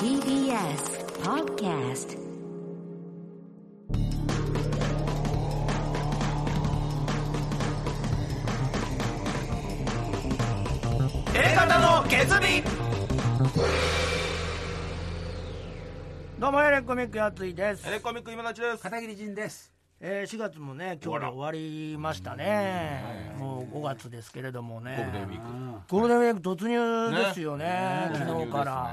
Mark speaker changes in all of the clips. Speaker 1: TBS Podcast
Speaker 2: 方の決意
Speaker 3: どうもエレコミックやついです
Speaker 2: エ、レコミック今立ちです
Speaker 4: 片桐仁です。
Speaker 3: えー、4月もね今日で終わりましたねもう5月ですけれどもねゴールデンウィーク突入ですよね昨日
Speaker 2: ね
Speaker 3: から、うん
Speaker 2: ま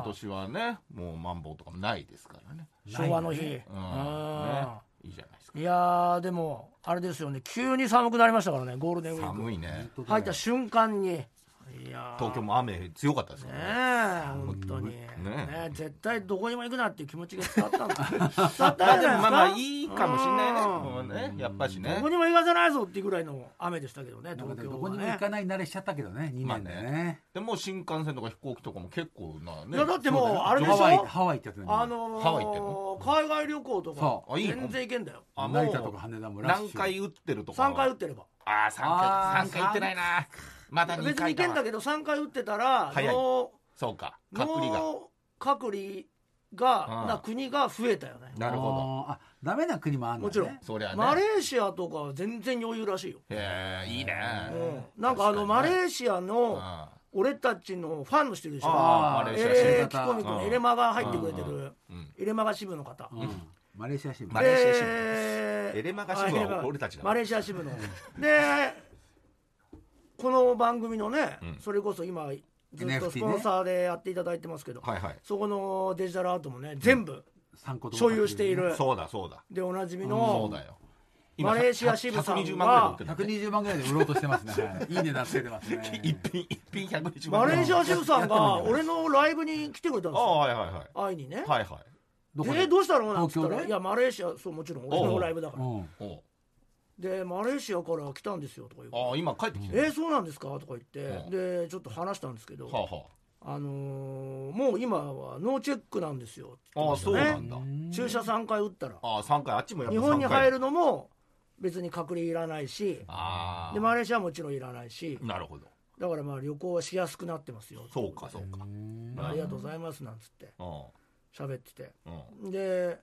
Speaker 2: あ今年はねもうマンボウとかもないですからね
Speaker 3: 昭和の日、
Speaker 2: う
Speaker 3: うん
Speaker 2: ねい
Speaker 3: ん
Speaker 2: いじゃないですか
Speaker 3: いやーでもあれですよね急に寒くなりましたからねゴールデンウィーク
Speaker 2: 寒いね
Speaker 3: 入った瞬間にいやー
Speaker 2: 東京も雨強かったですか
Speaker 3: ね
Speaker 2: らね
Speaker 3: え本当にね
Speaker 2: ね
Speaker 3: 絶対どこにも行くなっていう気持ちが伝わった んだ伝わったんじゃないですか
Speaker 2: まあでもまあまあいいかもしんないねもうねやっぱし
Speaker 3: ど
Speaker 2: ね
Speaker 3: こにも行かせないぞっていうぐらいの雨でしたけどね、
Speaker 4: なん
Speaker 3: 東
Speaker 4: か
Speaker 3: 京
Speaker 4: どこ
Speaker 3: は
Speaker 4: にも
Speaker 3: ね
Speaker 4: 行。かない慣れしちゃったけどね、2年だよね。
Speaker 2: でもう新幹線とか飛行機とかも結構なね
Speaker 3: いやだってもうあれでし
Speaker 4: ハワイ、
Speaker 3: ょ
Speaker 4: ハワイ行っちゃった
Speaker 3: あ
Speaker 4: のに。
Speaker 3: のー
Speaker 2: ハワイ行ってんの
Speaker 3: 海外旅行とか
Speaker 4: そ
Speaker 2: あいいの
Speaker 3: 全然行けんだよ。
Speaker 2: あもう
Speaker 4: 成田とか羽田もラッシュ
Speaker 2: 何回打ってるとかは
Speaker 3: 3回打ってれば。
Speaker 2: ああ
Speaker 4: あー
Speaker 2: 3回3回打ってないなまだ2
Speaker 3: 別に
Speaker 2: 回
Speaker 3: 行け
Speaker 2: だ
Speaker 3: んだ
Speaker 2: わ
Speaker 3: けど3回打ってたら
Speaker 2: 早い
Speaker 3: の
Speaker 2: そうか
Speaker 3: 隔
Speaker 2: 隔離が
Speaker 3: 隔離が
Speaker 2: うん
Speaker 3: な国が増えたよね。
Speaker 2: なるほ
Speaker 4: ど。あ、ダメな国もある
Speaker 3: もちろ
Speaker 2: ど
Speaker 3: ん
Speaker 2: そりゃね
Speaker 3: マレーシアとかは全然余裕らしいよ。
Speaker 2: へえいいね
Speaker 3: うんなんかあのマ
Speaker 2: ー
Speaker 3: レーシアの
Speaker 2: あ
Speaker 3: 俺たちのファンの人いるでしょ。
Speaker 2: あーマレーシア
Speaker 4: 知
Speaker 3: エレ
Speaker 4: る
Speaker 3: キコミック
Speaker 2: う
Speaker 3: の
Speaker 2: ん
Speaker 3: エレマが入ってくれて
Speaker 2: う
Speaker 3: る
Speaker 2: うん
Speaker 3: エレマガ支部の方。
Speaker 4: うんマレーシア支部。
Speaker 2: マレーシア支部
Speaker 3: えー
Speaker 2: エレマガ支部は
Speaker 3: あエレマ
Speaker 2: 俺たちだ
Speaker 3: マレーシア支部のでこの番組のね、
Speaker 2: うん
Speaker 3: それこそ今ずっ
Speaker 4: NFT
Speaker 3: と
Speaker 4: ね
Speaker 3: スポンサーでやっていただいてますけど、
Speaker 2: はいはい
Speaker 3: そこのデジタルアートもね全部
Speaker 4: 三個とも
Speaker 3: 所有している
Speaker 2: そうだそうだ
Speaker 3: でおなじみ
Speaker 2: そ
Speaker 3: の
Speaker 2: うだよ
Speaker 3: マレーシア支部さんは
Speaker 2: 120万ぐらい売ってるんだって
Speaker 4: 120万ぐらいで売ろうとして ますね。はいいい値段つけてますね。
Speaker 2: 一品一品120万
Speaker 3: マ
Speaker 2: ぐらい
Speaker 3: レーシア支部さん
Speaker 4: や
Speaker 3: が
Speaker 4: ってみ
Speaker 3: 俺のライブに来てくれたん
Speaker 2: あ
Speaker 3: です
Speaker 2: あ
Speaker 3: よ
Speaker 2: はいはいはい
Speaker 3: 会いにね、
Speaker 2: はいはい
Speaker 4: どこ
Speaker 3: でえ
Speaker 4: で
Speaker 3: ーどうしたのなんて言った
Speaker 4: 東京
Speaker 3: ら「
Speaker 4: で
Speaker 3: いやマレーシアそうもちろん俺のライブだから
Speaker 4: うん
Speaker 2: おう
Speaker 3: でマレーシアから来たんですよ」とか言うから
Speaker 2: ああ今帰ってきてる
Speaker 3: えーそうなんですか?」とか言って、
Speaker 2: うん
Speaker 3: でちょっと話したんですけど、
Speaker 2: はあは
Speaker 3: あのーもう今はノーチェックなんですよって言
Speaker 2: あ
Speaker 3: っ
Speaker 2: あ
Speaker 3: て
Speaker 2: そう
Speaker 3: ましたね
Speaker 2: なんだ
Speaker 3: 注射3回打ったら
Speaker 2: ああ3回あっちもやっぱ
Speaker 3: 日本に入
Speaker 2: る
Speaker 3: るのも別に隔離いらないし
Speaker 2: ああ
Speaker 3: でマレーシアはもちろんいらないし
Speaker 2: なるほど
Speaker 3: だからまあ旅行はしやすくなってますよ
Speaker 2: そうかそうか
Speaker 3: ありがとうございますなんつって
Speaker 2: う
Speaker 3: 喋ってて
Speaker 2: んうん
Speaker 3: で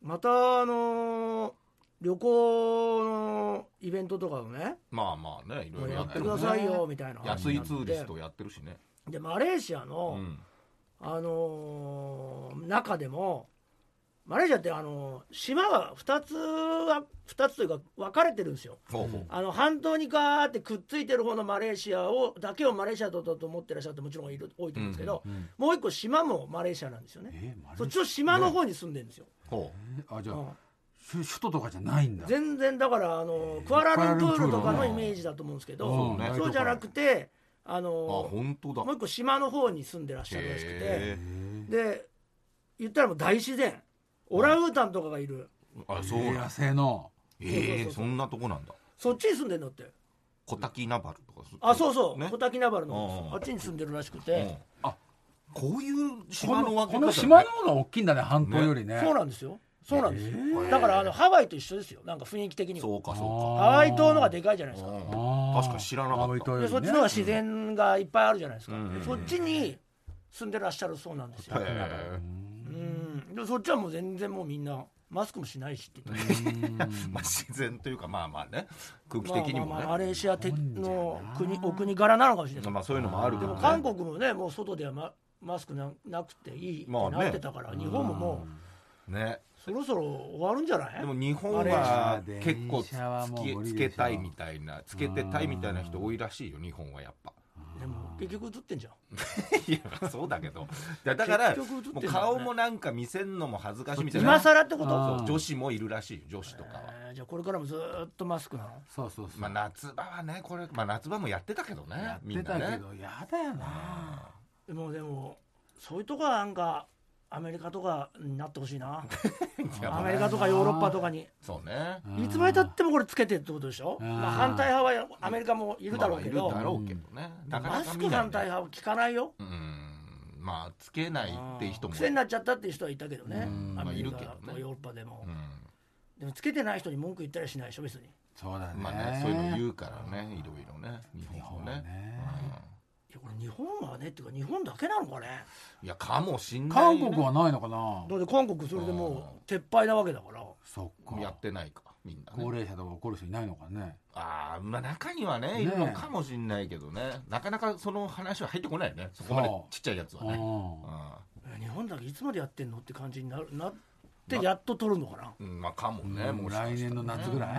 Speaker 3: またあのー旅行のイベントとかをね
Speaker 2: まあまあねいろいろや
Speaker 3: や
Speaker 2: っ
Speaker 3: ってて
Speaker 2: る
Speaker 3: く
Speaker 2: も
Speaker 3: だ
Speaker 2: んね
Speaker 3: さいよみたいな話
Speaker 2: 安
Speaker 3: に
Speaker 2: い
Speaker 3: なって
Speaker 2: ツーリストやってるしね
Speaker 3: でマレーシアの、
Speaker 2: うん
Speaker 3: あのー中でもマレーシアって、あのー島が2つは2つというか分かれてるんですよ
Speaker 2: ほうほう
Speaker 3: あの半島にガーってくっついてる方のマレーシアをだけをマレーシアだと思ってらっしゃるってもちろんいる多いと思うんですけど、もう一個島もマレーシアなんですよね
Speaker 4: えーマレーシア
Speaker 3: そっちの島の方に住んでるんですよ、
Speaker 2: ほ
Speaker 4: あ、じゃあ
Speaker 3: う、ん
Speaker 4: 首首都とかじゃないんだ。
Speaker 3: 全然だからあのクアラルンプールとかのイメージだと思うんですけど、
Speaker 2: うん
Speaker 3: そうじゃなくてあ
Speaker 2: うあ
Speaker 3: のー
Speaker 2: 本当だ
Speaker 3: もう一個島の方に住んでらっしゃるらしくて。
Speaker 2: へ
Speaker 3: で言ったらもう大自然オランウータンとかがいる
Speaker 2: えあそうなん
Speaker 4: 野生の。
Speaker 2: え
Speaker 3: そ
Speaker 2: え
Speaker 3: うそうそうそ
Speaker 2: そう
Speaker 3: そ
Speaker 2: んなとこなんだ
Speaker 3: そっちに住んでるのって
Speaker 2: 小滝ナバルとか
Speaker 3: あそうそう
Speaker 2: ね
Speaker 3: 小滝名原
Speaker 2: う
Speaker 3: の
Speaker 2: ん
Speaker 3: あっちに住んでるらしく
Speaker 2: う
Speaker 3: て
Speaker 2: んあこういう島の分け方
Speaker 4: この島の方が大きいんだね、半島よりね。
Speaker 3: そうなんですよそうなんです
Speaker 4: へ
Speaker 3: よだからあのハワイと一緒ですよなんか雰囲気的には
Speaker 2: そうかそ
Speaker 3: ハワイ島のがでかいじゃないで
Speaker 2: う
Speaker 3: す
Speaker 2: か
Speaker 3: か
Speaker 2: うん
Speaker 4: あー
Speaker 2: 確か知らなか
Speaker 4: 青
Speaker 2: っ
Speaker 4: い
Speaker 2: た
Speaker 4: 鳥
Speaker 3: で
Speaker 4: ね
Speaker 3: そっちの方が自然がいっぱいあるじゃないですか
Speaker 2: うん
Speaker 3: でそっちに住んでらっしゃるそうなんですよ
Speaker 2: へ
Speaker 3: うんでそっちはもう全然もうみんなマスクもしないしって言って
Speaker 2: えまあ自然というかまあまあね空気的にも
Speaker 3: まあまあまあ
Speaker 2: ね
Speaker 3: マレーシア的の国お国柄なのかもしれないです
Speaker 2: まあそういうのもあるけ
Speaker 3: で
Speaker 2: ど
Speaker 3: も
Speaker 2: ね
Speaker 3: 韓国もねもう外ではママスクななくていいって
Speaker 2: まあね
Speaker 3: なってたから、日本ももう
Speaker 2: ね
Speaker 3: そろそろ終わるんじゃない
Speaker 2: でも日本は結構つけつけたいみたいなつけてたいみたいな人多いらしいよ日本はやっぱ
Speaker 3: でも結局映ってんじゃん
Speaker 2: いやそうだけどいやだから
Speaker 3: 結局映ってん
Speaker 2: も
Speaker 3: だ
Speaker 2: う
Speaker 3: よね
Speaker 2: 顔もなんか見せんのも恥ずかしいみたいな
Speaker 3: 今更ってこと
Speaker 4: あ
Speaker 2: そう女子もいるらしいよ女子とかは、
Speaker 3: えーじゃあこれからもずーっとマスクなの
Speaker 4: そうそうそう。
Speaker 2: まあ夏場はねこれ、まあ、夏場もやってたけどね
Speaker 4: やっ
Speaker 2: みんな
Speaker 4: てたけ
Speaker 2: ね
Speaker 4: ど、やだよな。
Speaker 3: でもでもそういうとこはなんかアメリカとかになってほし いなアメリカとかヨーロッパとかに
Speaker 2: そうね
Speaker 3: いつまでたってもこれつけてってことでしょ
Speaker 4: うん
Speaker 3: まあ、反対派はアメリカもいるだろうけど,、
Speaker 2: まあいるだろうけどねなかなか
Speaker 3: マス
Speaker 2: 見
Speaker 3: ク
Speaker 2: ない
Speaker 3: 反対派は聞かないよ
Speaker 2: うんまあつけないって人も
Speaker 3: 癖になっちゃったっていう人はいたけどね
Speaker 2: ん
Speaker 3: アメリ
Speaker 2: まあいるけ
Speaker 3: カ
Speaker 2: ど
Speaker 3: と
Speaker 2: ね
Speaker 3: かヨーロッパでも、
Speaker 2: うん
Speaker 3: でもつけてない人に文句言ったりしないでしょ別に
Speaker 4: そうだね。
Speaker 2: まあねそういうの言うからねいろいろね日本もね
Speaker 4: ね
Speaker 3: やこれ日本はねっていうか日本だけなのかね
Speaker 2: いやかもしんない
Speaker 4: 韓国はないのかな
Speaker 3: だって韓国それでもう撤廃なわけだから
Speaker 4: そっ
Speaker 2: や
Speaker 4: か
Speaker 2: ってないかみんな、ね、
Speaker 4: 高齢者とか怒る人いないのかね
Speaker 2: ああまあ中にはねいるのかもしんないけどねなかなかその話は入ってこないよねそこまで
Speaker 4: そう
Speaker 2: ちっちゃいやつは
Speaker 4: う
Speaker 2: ね
Speaker 3: え
Speaker 4: ん
Speaker 3: 日本だけいつまでやってんのって感じになるなってやっと取るのかな、
Speaker 2: うん、まあかもね、
Speaker 4: うん
Speaker 2: もしかしたら
Speaker 4: 来年の夏ぐらい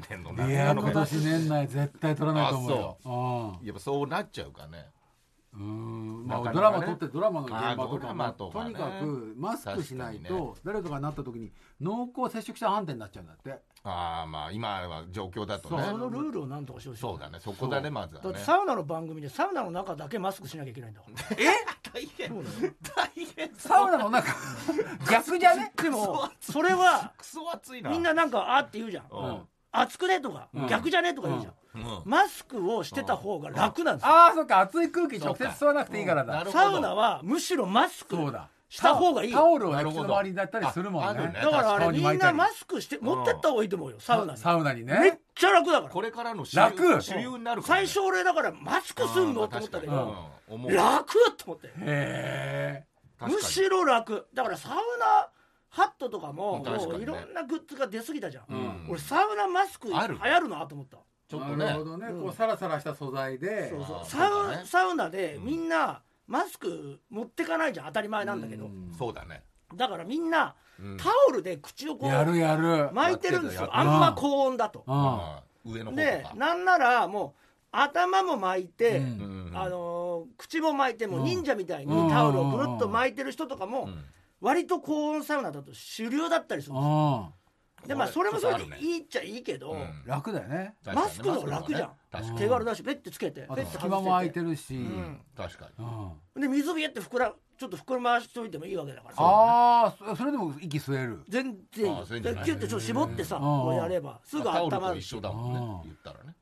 Speaker 2: 来年の夏
Speaker 4: いや今年年内絶対取らないと思うよ
Speaker 2: やっぱそうなっちゃうかね
Speaker 4: うんうんまあ
Speaker 2: なかなかね
Speaker 4: ドラマ撮ってドラマの現場
Speaker 2: あー
Speaker 4: と
Speaker 2: ド
Speaker 4: か
Speaker 2: ラ
Speaker 4: も
Speaker 2: マと
Speaker 4: と
Speaker 2: かね
Speaker 4: にかくマスクしない
Speaker 2: 確かに
Speaker 4: と誰とかなった時に濃厚接触者判定になっちゃうんだって
Speaker 2: ああまあ今は状況だと
Speaker 4: そ
Speaker 2: ね
Speaker 4: う
Speaker 2: そ
Speaker 3: そうのルールをなんとかしてほしい
Speaker 2: だねそこだねまずは
Speaker 3: だって
Speaker 2: ね
Speaker 3: サウナの番組でサウナの中だけマスクしなきゃいけないんだから
Speaker 2: 大変
Speaker 3: そうだよ
Speaker 2: 大変
Speaker 4: サウナの中逆じゃね
Speaker 3: でもそれは
Speaker 2: クソ暑いな
Speaker 3: みんななんか「あ」って言うじゃん
Speaker 2: うん
Speaker 3: 「熱くね」とか
Speaker 4: うん
Speaker 3: 「逆じゃね」とか言うじゃん
Speaker 2: うん
Speaker 3: マスクをしてた方が楽なんですよ
Speaker 4: ああそっか熱い空気直接吸わなくていいから
Speaker 2: な
Speaker 4: だ
Speaker 2: るほど
Speaker 3: サウナはむしろマスク
Speaker 4: そうだ
Speaker 3: した方がいい
Speaker 4: タオルを
Speaker 2: な
Speaker 4: ね
Speaker 2: る
Speaker 4: 口
Speaker 2: ほど
Speaker 4: の周りにだったりするも
Speaker 2: ああ
Speaker 4: ん
Speaker 2: る
Speaker 4: ね
Speaker 2: ね
Speaker 3: だからあれ
Speaker 4: 顔に
Speaker 3: み
Speaker 4: 巻い
Speaker 3: ん
Speaker 4: た
Speaker 3: な
Speaker 4: り
Speaker 3: マスクして持ってった方がいいと思うよサウナに
Speaker 4: サウナに
Speaker 3: めっ
Speaker 4: ね
Speaker 3: ちゃ楽だから
Speaker 2: これからの主
Speaker 4: 楽
Speaker 2: 主流になるからね
Speaker 3: 最初俺だからマスクすんのと思ったけ
Speaker 2: あー
Speaker 3: ど
Speaker 2: まあ確かにうん思う
Speaker 3: 楽と思って
Speaker 4: へえ
Speaker 2: 確か
Speaker 3: む
Speaker 2: に
Speaker 3: しろ楽だからサウナハットとかも
Speaker 2: 確かに
Speaker 3: も
Speaker 2: ね
Speaker 3: ういろんなグッズが出過ぎたじゃん、
Speaker 2: うん
Speaker 3: 俺サウナマスク流
Speaker 2: ある
Speaker 3: 行るなと思った
Speaker 2: ちょっと
Speaker 4: な
Speaker 2: ね
Speaker 4: るほどねこうサラサラした素材で
Speaker 3: そうそう
Speaker 2: あー
Speaker 3: サ
Speaker 2: そう
Speaker 3: ウ
Speaker 2: だね
Speaker 3: サウナでみんなマスク持ってかないじゃん当たり前なんだけど、
Speaker 2: そうだね
Speaker 3: だからみんな
Speaker 2: うん
Speaker 3: タオルで口をこ
Speaker 4: やる
Speaker 3: う
Speaker 4: やる
Speaker 3: 巻いてるんです
Speaker 2: やっ
Speaker 3: よ
Speaker 2: て
Speaker 3: あ
Speaker 4: た
Speaker 3: んま高温だと
Speaker 2: う
Speaker 4: う
Speaker 2: ん上の方と
Speaker 3: で
Speaker 2: か
Speaker 3: なんならもう頭も巻いて、
Speaker 4: うん
Speaker 2: うん
Speaker 3: あのー口も巻いてもう忍者みたい
Speaker 4: うん
Speaker 3: にタオルをぐるっと巻いてる人とかも
Speaker 2: うん
Speaker 3: 割と高温サウナだと主流だったりするんですよ
Speaker 4: ん
Speaker 3: でまあそれもそれで
Speaker 2: い
Speaker 3: いいっちゃいいけど、
Speaker 2: うん
Speaker 4: 楽だよね
Speaker 2: 確かにね
Speaker 3: マスクの方が楽じゃん
Speaker 2: マスクの方がね確かに
Speaker 3: 手軽だしペッてつけてペ
Speaker 4: あ
Speaker 3: ッて
Speaker 4: と隙間も空いてるし、
Speaker 2: うん確かに
Speaker 4: うん
Speaker 3: で水をビュって膨らちょっと膨らましておいてもいいわけだから
Speaker 4: ああそそれでも息吸える
Speaker 3: 全然
Speaker 2: あ
Speaker 3: い
Speaker 2: ー全然
Speaker 3: いで
Speaker 2: いい
Speaker 3: キュッてちょっと絞ってさ
Speaker 4: うん
Speaker 3: こうやればすぐ温
Speaker 2: タオル
Speaker 3: ま
Speaker 2: と
Speaker 3: る
Speaker 2: 一
Speaker 3: い
Speaker 2: 緒だもんね
Speaker 4: うん
Speaker 2: 言ったらね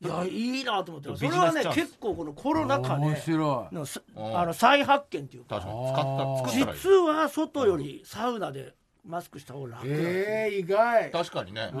Speaker 3: やいいなと思ってそ
Speaker 2: ビ
Speaker 3: れ
Speaker 2: ジネ
Speaker 3: は
Speaker 2: ス
Speaker 3: ね
Speaker 2: チャンス
Speaker 3: 結構このコロナ禍
Speaker 4: 面
Speaker 3: で
Speaker 4: 白い
Speaker 3: のす
Speaker 2: うん
Speaker 3: あの再発見っていうか
Speaker 2: 確かに使った作ったらいい
Speaker 3: 実は外よりサウナでマスクした方が楽だ
Speaker 4: えー、意外
Speaker 2: 確かにね
Speaker 4: うん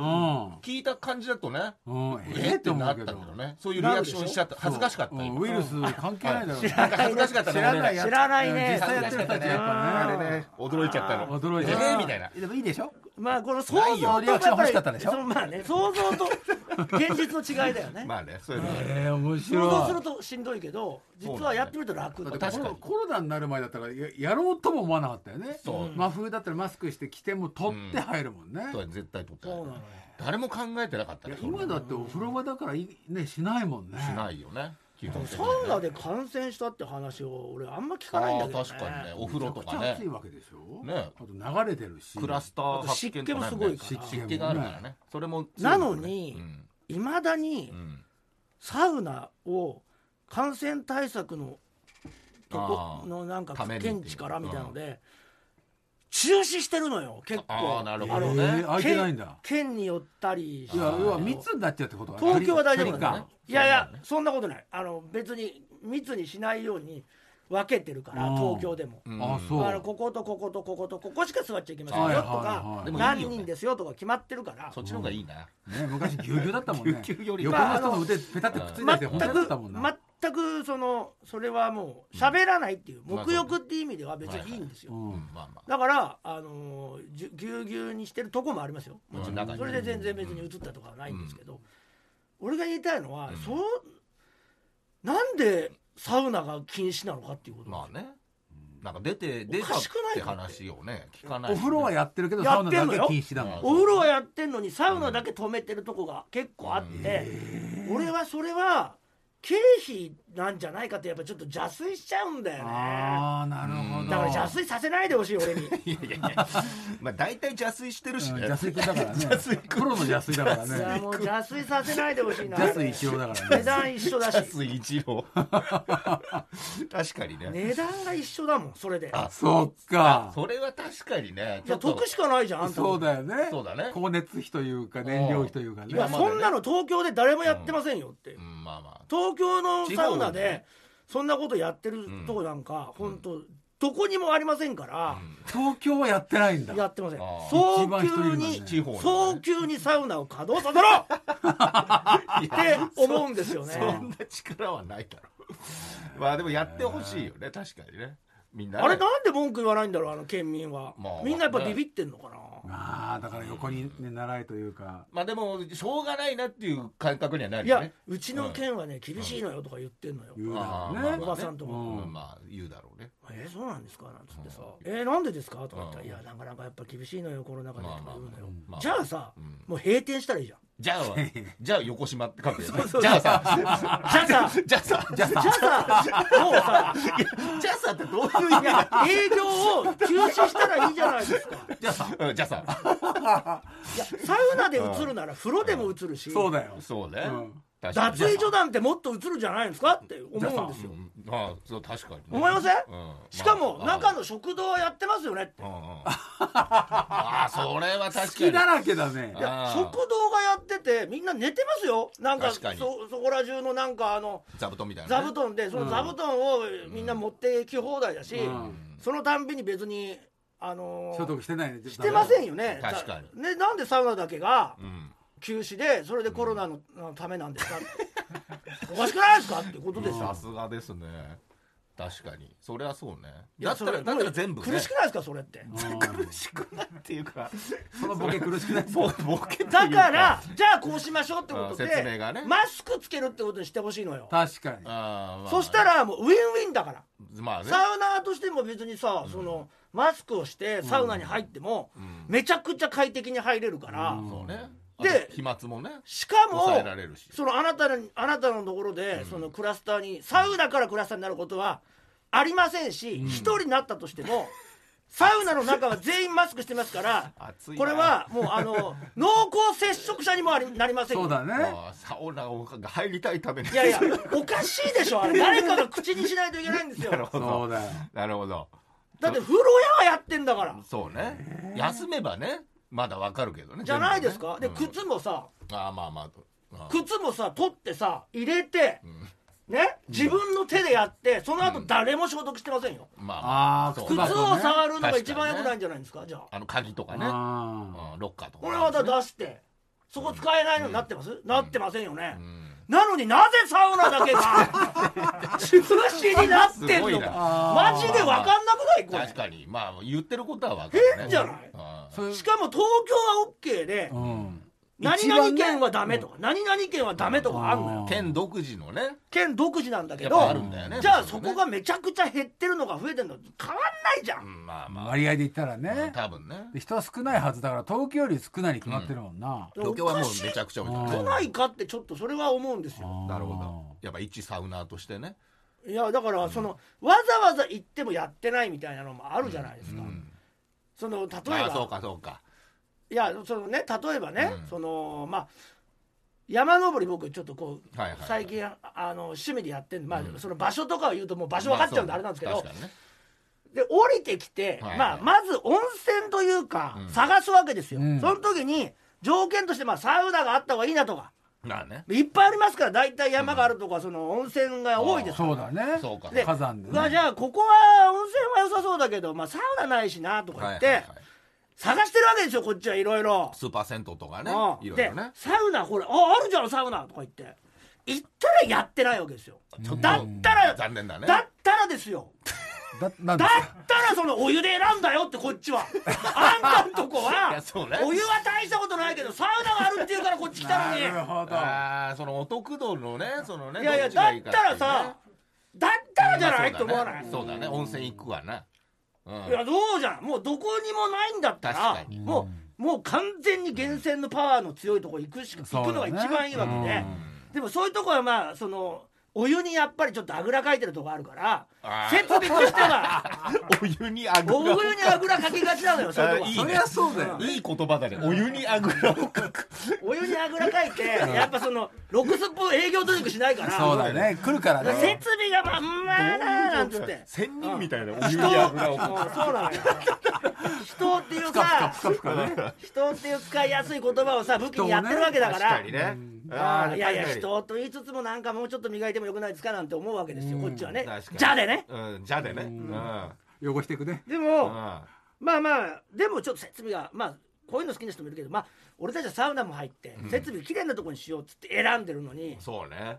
Speaker 2: 聞いた感じだとね
Speaker 4: うん
Speaker 2: え
Speaker 4: え
Speaker 2: ーっ
Speaker 4: ーってて
Speaker 2: な
Speaker 4: 思
Speaker 2: っ
Speaker 4: う
Speaker 2: たけ
Speaker 4: け
Speaker 2: ど
Speaker 4: ど
Speaker 2: ねそういうリアクションしちゃった恥ずかしかった
Speaker 4: うん
Speaker 2: 今
Speaker 4: ウイルス関係ないだろう、
Speaker 2: なんか恥ずかしかった
Speaker 4: 知
Speaker 2: ね
Speaker 4: ら
Speaker 2: 俺
Speaker 4: ない
Speaker 2: ね
Speaker 4: や
Speaker 3: 知らない
Speaker 4: うん
Speaker 3: ね
Speaker 4: 実際やってる人たちやっ
Speaker 2: あ
Speaker 4: ぱ
Speaker 2: れね驚いちゃったの
Speaker 4: ね驚いちゃう
Speaker 2: えーみたいな
Speaker 4: でもいいでしょ
Speaker 3: まあこの想
Speaker 2: ないよ
Speaker 3: 像と
Speaker 4: リア
Speaker 3: やっ
Speaker 4: クション欲しかっ
Speaker 3: ぱ
Speaker 4: た
Speaker 3: り
Speaker 4: でし
Speaker 3: そ
Speaker 4: ょ
Speaker 3: のまあね想像と現実の違いだよね
Speaker 2: まあねそういうの
Speaker 4: えー、面
Speaker 3: 想像す
Speaker 4: 白
Speaker 3: る
Speaker 4: い
Speaker 3: としんどいけど実
Speaker 2: そうなんだよ
Speaker 3: はやってみると楽
Speaker 2: だって
Speaker 4: だって
Speaker 2: 確か
Speaker 4: コロ
Speaker 2: に
Speaker 4: コロナになる前だったらややろうとも思わなかったよね
Speaker 2: そう
Speaker 4: 真冬だったらマスクして着ても取って入るもんね、
Speaker 2: そうだね絶対取って
Speaker 3: そうなの
Speaker 2: な
Speaker 3: よ
Speaker 2: い誰も考えてなかった
Speaker 4: いや
Speaker 2: ねそんな
Speaker 4: 今だってお風呂場だからいねしないもんね
Speaker 2: しないよね基本的に
Speaker 3: サ
Speaker 2: ね
Speaker 3: ウナで感染したって話を俺あんま聞かないんだけど、
Speaker 2: あ
Speaker 3: ね、
Speaker 2: ー確かにねお風呂とか
Speaker 4: めちゃくちゃ暑い
Speaker 2: ね
Speaker 4: わけでしょ
Speaker 2: ね
Speaker 4: あと流れてるし
Speaker 2: クラスター発見とかね
Speaker 3: あと湿気もすごいから
Speaker 2: 湿湿気があるからねそれも
Speaker 3: なのに
Speaker 2: うん
Speaker 3: いまだに
Speaker 2: うん
Speaker 3: サウナを感染対策のと
Speaker 2: あ
Speaker 3: こ
Speaker 2: ー
Speaker 3: のなんか
Speaker 2: ためにっていう
Speaker 3: 見地からみたいなので、中止してるのよ結構
Speaker 2: あーなるほど
Speaker 4: え
Speaker 2: ね
Speaker 3: あの
Speaker 4: ー、開いてないんだ
Speaker 3: 県県によったりして
Speaker 4: いや
Speaker 2: あー
Speaker 4: 要は密になっちゃうってことは
Speaker 3: 東京は大丈夫
Speaker 4: 距
Speaker 3: だ、
Speaker 4: 離
Speaker 3: ね
Speaker 4: 感、
Speaker 3: いや
Speaker 2: そう
Speaker 3: いや
Speaker 2: だね
Speaker 3: そんなことないあの別に密にしないように分けてるから
Speaker 4: うん
Speaker 3: 東京でも、
Speaker 2: うん
Speaker 4: あそう
Speaker 3: あのこことこことこことここしか座っちゃいけませんよ
Speaker 4: はい
Speaker 3: と
Speaker 4: はい
Speaker 3: か
Speaker 4: はい
Speaker 2: でもいいよね
Speaker 3: 何人ですよとか決まってるから
Speaker 2: そっちの方がいいな
Speaker 4: ね昔ぎゅうぎゅうだったもんね
Speaker 2: ぎゅうぎゅうより
Speaker 4: 横の人の腕ペタってくっつい
Speaker 3: 全
Speaker 4: てて本当だったもんな
Speaker 3: く全くそのそれはもう喋らないっていう
Speaker 2: まあ
Speaker 3: 黙浴っていう意味では別にいいんです
Speaker 4: う
Speaker 2: う
Speaker 3: よ
Speaker 2: ん
Speaker 4: ん
Speaker 2: まあまあ
Speaker 3: だからあのーじゅぎゅうぎゅうにしてるとこもありますよもち
Speaker 2: うん
Speaker 3: ろ
Speaker 2: 中
Speaker 3: ん
Speaker 2: に
Speaker 3: それで全然別に映ったとかはないんですけど俺が言いたいのは
Speaker 2: うん
Speaker 3: そうなんでサウナが禁止なのかっていうこと
Speaker 2: まあねなんか出て出た
Speaker 3: おか
Speaker 2: っ
Speaker 3: しくない
Speaker 2: て
Speaker 3: かって
Speaker 2: 話をね聞かない
Speaker 4: お風呂はやってるけどサ
Speaker 3: や
Speaker 4: ウ
Speaker 3: っ
Speaker 4: ナ
Speaker 3: てん
Speaker 4: だ
Speaker 3: の
Speaker 4: け
Speaker 3: よ
Speaker 4: 禁止だもん
Speaker 3: お風呂はやってんのにサウナだけ止めてるとこが結構あって俺はそれは経費なんじゃないかってやっぱちょっと邪推しちゃうんだよね
Speaker 4: ああなるほど
Speaker 3: だから邪推させないでほしい俺に
Speaker 2: いやいやいやまあ大体邪推してるし
Speaker 4: うん
Speaker 2: ね
Speaker 4: 邪水君だからねプロの邪水だから
Speaker 3: いや
Speaker 4: ね
Speaker 3: もう邪推させないでほしいな
Speaker 4: 邪水一郎だから
Speaker 3: 値
Speaker 4: ね
Speaker 3: 段一緒だし
Speaker 2: 安井一郎確かにね
Speaker 3: 値段が一緒だもんそれで
Speaker 2: あ
Speaker 4: そっか
Speaker 2: それは確かにね
Speaker 3: いや得しかないじゃんあんたも
Speaker 4: そうだよね
Speaker 2: そうだね
Speaker 4: 光熱費というか燃料費というかね
Speaker 3: いや
Speaker 2: まあ
Speaker 3: そんなの東京で誰もやってませんよって、
Speaker 2: うんまあま
Speaker 3: 東京のサウ
Speaker 2: 地
Speaker 3: ナ
Speaker 2: 方で
Speaker 3: でそんなことやってるとこなんか、本当どこにもありませんか
Speaker 2: あ
Speaker 3: ら、
Speaker 4: 東京はやってないんだ
Speaker 3: やってません
Speaker 2: あー
Speaker 3: 早
Speaker 4: 一番人い
Speaker 3: 急
Speaker 4: るの
Speaker 3: に
Speaker 4: ね
Speaker 2: 地方のね
Speaker 3: 早急にサウナを稼働させろって思うんですよね
Speaker 2: そんな力はないだろまあでもやってほしいよね確かにねみんなね
Speaker 3: あれなんで文句言わないんだろうあの県民は、
Speaker 2: まあ
Speaker 3: みんなやっぱビビってんのかな、
Speaker 4: まあだから横にね習いというか
Speaker 2: まあでもしょうがないなっていう感覚にはないるよ
Speaker 3: や
Speaker 2: ね
Speaker 3: うちの県はね厳しいのよとか言ってんのよ、
Speaker 4: 言うだ
Speaker 2: あー
Speaker 4: ろう
Speaker 2: まあまあ
Speaker 4: ね
Speaker 2: ね
Speaker 3: おばさんとか
Speaker 2: うん
Speaker 4: うん
Speaker 2: まあ言うだろうね
Speaker 3: えーそうなんですかなんつってさ「
Speaker 2: う
Speaker 3: えーなんでですか?」とか言ったら「
Speaker 2: う
Speaker 3: い
Speaker 2: ん
Speaker 3: やなかなかやっぱ厳しいのよコロナ禍で」と
Speaker 2: まあ
Speaker 3: か
Speaker 2: まあ
Speaker 3: 言うのよ、
Speaker 2: まあ
Speaker 3: じゃあさ、
Speaker 2: うん
Speaker 3: もう閉店したらいいじゃん
Speaker 2: じゃあ はじゃあ横島って書くよね
Speaker 3: そうそう
Speaker 2: じゃあさ
Speaker 3: じゃあさ
Speaker 2: じゃあさじゃあ
Speaker 3: じゃあさもうさ
Speaker 2: じゃあさってどういう意
Speaker 3: い や営業を休止したらいいじゃないですか
Speaker 2: じゃあさうんじゃあさ
Speaker 3: いやサウナで映るなら風呂でも映るし、
Speaker 4: そうだよ
Speaker 2: そうね
Speaker 4: うん
Speaker 2: 確かに
Speaker 3: 脱衣所なんてもっと映るじゃないんですかって思うんですよ
Speaker 2: うんああそう確かにね
Speaker 3: 思いません
Speaker 2: うん
Speaker 3: しかも
Speaker 2: まあ
Speaker 3: 中の食堂やってますよねって
Speaker 2: うんうんああそれは確かに
Speaker 4: 好きだらけだね
Speaker 3: いや
Speaker 2: あー
Speaker 3: 食堂がやっててみんな寝てますよなんか
Speaker 2: 確かに
Speaker 3: そそこら中のなんかあの
Speaker 2: 座布団みたいな
Speaker 3: 座
Speaker 2: ね
Speaker 3: 布団でその座布団をみんな持ってき放題だし、
Speaker 4: うん
Speaker 3: そのたんびに別にあのー
Speaker 4: 所得してないね
Speaker 3: してませんよね
Speaker 2: 確かに
Speaker 3: だねなんでサウナだけが
Speaker 2: うん
Speaker 3: 休止でそれでコロナののためなんですか おかしくないですかってことでしょ
Speaker 2: さすがですね確かにそれはそうね
Speaker 3: いや
Speaker 2: だったら
Speaker 3: それ
Speaker 2: だったら全部ね
Speaker 3: 苦しくないですかそれって
Speaker 4: うん
Speaker 2: しくないっていうか
Speaker 4: そのボケ苦しくない
Speaker 2: ボボケっていう
Speaker 3: だからじゃあこうしましょうってことで
Speaker 2: あ説明がね
Speaker 3: マスクつけるってことにしてほしいのよ
Speaker 4: 確かに
Speaker 2: あーまあ
Speaker 3: そしたらもうウィンウィンだから
Speaker 2: まあね
Speaker 3: サウナーとしても別にさ、そのマスクをしてサウナに入っても、
Speaker 2: ん
Speaker 3: めちゃくちゃ快適に入れるから、
Speaker 4: うん
Speaker 2: そうね
Speaker 3: で
Speaker 2: で飛沫もね
Speaker 3: しかも
Speaker 2: 抑えられるし
Speaker 3: そのあなたのあなたのところで、そのクラスターにサウナからクラスターになることはありませんし一、人になったとし てもサウナの中は全員マスクしてますから
Speaker 2: 暑いな
Speaker 3: これはもうあの濃厚接触者にもありなりませんよ
Speaker 4: そうだね
Speaker 2: まあサウナが入りたいために
Speaker 3: いやいやおかしいでしょあれ誰かが口にしないといけないんです
Speaker 2: なる
Speaker 3: よ
Speaker 2: ほ
Speaker 4: そ
Speaker 2: ど
Speaker 4: うだよ
Speaker 2: なるほど
Speaker 3: だって風呂屋はやってんだから
Speaker 2: そうね休めばねまだわかるけどね
Speaker 3: じゃないですか、
Speaker 2: 全
Speaker 3: で
Speaker 2: 部ね
Speaker 3: 靴もさ
Speaker 2: うんあーまあまあとあー
Speaker 3: 靴もさ取ってさ入れて、ね自分の手でやってその後誰も消毒してませんよ、
Speaker 2: まあま
Speaker 4: あー
Speaker 2: そう
Speaker 4: 靴
Speaker 3: 靴を触るのが一番
Speaker 2: 確かに
Speaker 3: 良
Speaker 2: ね
Speaker 3: くないんじゃないんですかじゃあ
Speaker 2: あの鍵とかね
Speaker 4: あ
Speaker 2: うんロッカーとか
Speaker 3: これはだ
Speaker 2: ね
Speaker 3: 出してそこ使えないのになってます、なってませんよね、なのになぜサウナだけ が中止になって
Speaker 2: す
Speaker 3: ん
Speaker 2: ご
Speaker 3: の
Speaker 2: い
Speaker 3: か
Speaker 2: な
Speaker 3: マジで分かんなくない
Speaker 2: 確
Speaker 3: こ
Speaker 2: かにまあ言ってることは分かるね
Speaker 3: 変じゃない
Speaker 2: うん
Speaker 4: ーそうい
Speaker 3: れ
Speaker 4: う
Speaker 3: しかも東京は OK で、
Speaker 4: うん
Speaker 3: 何
Speaker 4: 一
Speaker 3: 々
Speaker 4: 番ね
Speaker 3: 県はダメとか、何々県はダメとかあるのよ
Speaker 4: うん
Speaker 2: 県独自のね
Speaker 3: 県独自なんだけ
Speaker 2: やっ
Speaker 3: ど
Speaker 2: ぱあるんだよね
Speaker 3: じゃあ
Speaker 2: う
Speaker 3: そ
Speaker 2: いう
Speaker 3: こ
Speaker 2: のね
Speaker 3: がめちゃくちゃ減ってるのか増えてるの変わんないじゃ、
Speaker 2: うんんまあまあ
Speaker 4: 割合で言ったらね
Speaker 2: 多分ね
Speaker 4: で人は少ないはずだから東京より少ないに決まってるもんな、
Speaker 2: 東京はもうめちゃくちゃ多いから
Speaker 4: う
Speaker 3: 少
Speaker 4: ん
Speaker 2: ね
Speaker 3: ないかってちょっとそれは思うんですよ
Speaker 4: あー
Speaker 2: なるほどやっぱ一サウナーとしてね
Speaker 3: いやだからその、わざわざ行ってもやってないみたいなのもあるじゃないですか、
Speaker 2: うん
Speaker 3: その例え
Speaker 2: ああそう
Speaker 3: ば
Speaker 2: かそうか
Speaker 3: いやそのね例えばね、
Speaker 2: うん
Speaker 3: そのまあ山登り僕ちょっとこう、
Speaker 2: はいはいはい
Speaker 3: 最近あの趣味でやってんで、まあ
Speaker 2: うん
Speaker 3: その場所とかを言うともう場所分かっちゃうんであれなんですけど、
Speaker 2: まあそう確かにね
Speaker 3: で降りてきて、
Speaker 2: はいはい
Speaker 3: まあ、まず温泉というか、
Speaker 2: うん
Speaker 3: 探すわけですよ、
Speaker 4: うん
Speaker 3: その時に条件として、まあ、サウナがあった方がいいなとか
Speaker 2: まあね
Speaker 3: いっぱいありますから大体山があるとか、その温泉が多いですから
Speaker 4: そうだね
Speaker 2: そうか
Speaker 3: で
Speaker 4: 火山で、
Speaker 3: うわ
Speaker 4: ね、
Speaker 3: じゃあここは温泉は良さそうだけど、まあ、サウナないしなとか言って、
Speaker 2: はいはいはい
Speaker 3: 探してるわけですよこっちはいろいろ。
Speaker 2: スーパー銭湯とかね
Speaker 3: うん
Speaker 2: いろい
Speaker 3: で
Speaker 2: ろね
Speaker 3: サウナほらああるじゃんサウナとか言って行ったらやってないわけですよ
Speaker 2: ちょっと
Speaker 3: だったら
Speaker 2: 残念だね
Speaker 3: だったらですよ
Speaker 4: だなんで
Speaker 3: だ
Speaker 4: すか
Speaker 3: ったらそのお湯で選んだよってこっち はあんたんとこ
Speaker 2: い
Speaker 3: は
Speaker 2: やそうね
Speaker 3: お湯は大したことないけどサウナがあるっていうからこっち来たのに
Speaker 4: なるほど
Speaker 2: ああそのお得度のねそのね
Speaker 3: いやいや
Speaker 2: どちが
Speaker 3: だっ
Speaker 2: い
Speaker 3: た
Speaker 2: かいう
Speaker 3: ら
Speaker 2: ね
Speaker 3: さだったらじゃない
Speaker 2: まあそう
Speaker 3: と思
Speaker 2: だ
Speaker 3: わない
Speaker 2: ねそうだね温泉行くわなうん
Speaker 3: いやそうじゃんもうどこにもないんだったら
Speaker 2: 確かに
Speaker 3: もうもう完全に源泉のパワーの強いとこ行くしか
Speaker 4: そう
Speaker 3: 行
Speaker 4: だ
Speaker 3: く
Speaker 4: ね
Speaker 3: のが一番いいわけで、
Speaker 4: うん
Speaker 3: でもそういうとこはまあそのお湯にやっぱりちょっとあぐらかいてるとこあるから
Speaker 2: あー
Speaker 3: 設備としては
Speaker 2: お湯にあぐら
Speaker 3: お湯にあぐらかきがちなのよそういうとこ
Speaker 2: あいいね
Speaker 4: そりゃそうだよ、
Speaker 2: いい言葉だねお湯にあぐらをかく
Speaker 3: お湯にあぐらかいてやっぱそのロクスポ営業努力しないから
Speaker 4: そうだね来るから
Speaker 3: 設
Speaker 4: ね
Speaker 3: 備がまんまだななんつって
Speaker 2: 仙人みたいなお湯
Speaker 3: 人
Speaker 2: に
Speaker 3: を
Speaker 2: あぐらをか
Speaker 3: うんそうなのよ人っていう
Speaker 4: ふかふ
Speaker 3: さ
Speaker 4: かふかふかね
Speaker 3: 人っていう使いやすい言葉をさ武器にやってるわけだか
Speaker 2: 確
Speaker 3: ら
Speaker 2: かにね
Speaker 3: あ
Speaker 2: ー
Speaker 3: あいやいや
Speaker 2: 確かに
Speaker 3: 人と言いつつもなんかもうちょっと磨いてもよくないですかなんて思うわけですよこっちはね
Speaker 2: 確かに
Speaker 3: じゃあでね
Speaker 2: うんじゃあでねうん
Speaker 4: 汚していくね
Speaker 3: で
Speaker 2: う
Speaker 3: も
Speaker 2: ん
Speaker 3: まあまあでもちょっと設備がまあこういうの好きな人もいるけどまあ俺たちはサウナも入って設備きれいなとこにしようっつって選んでるのに
Speaker 2: そうね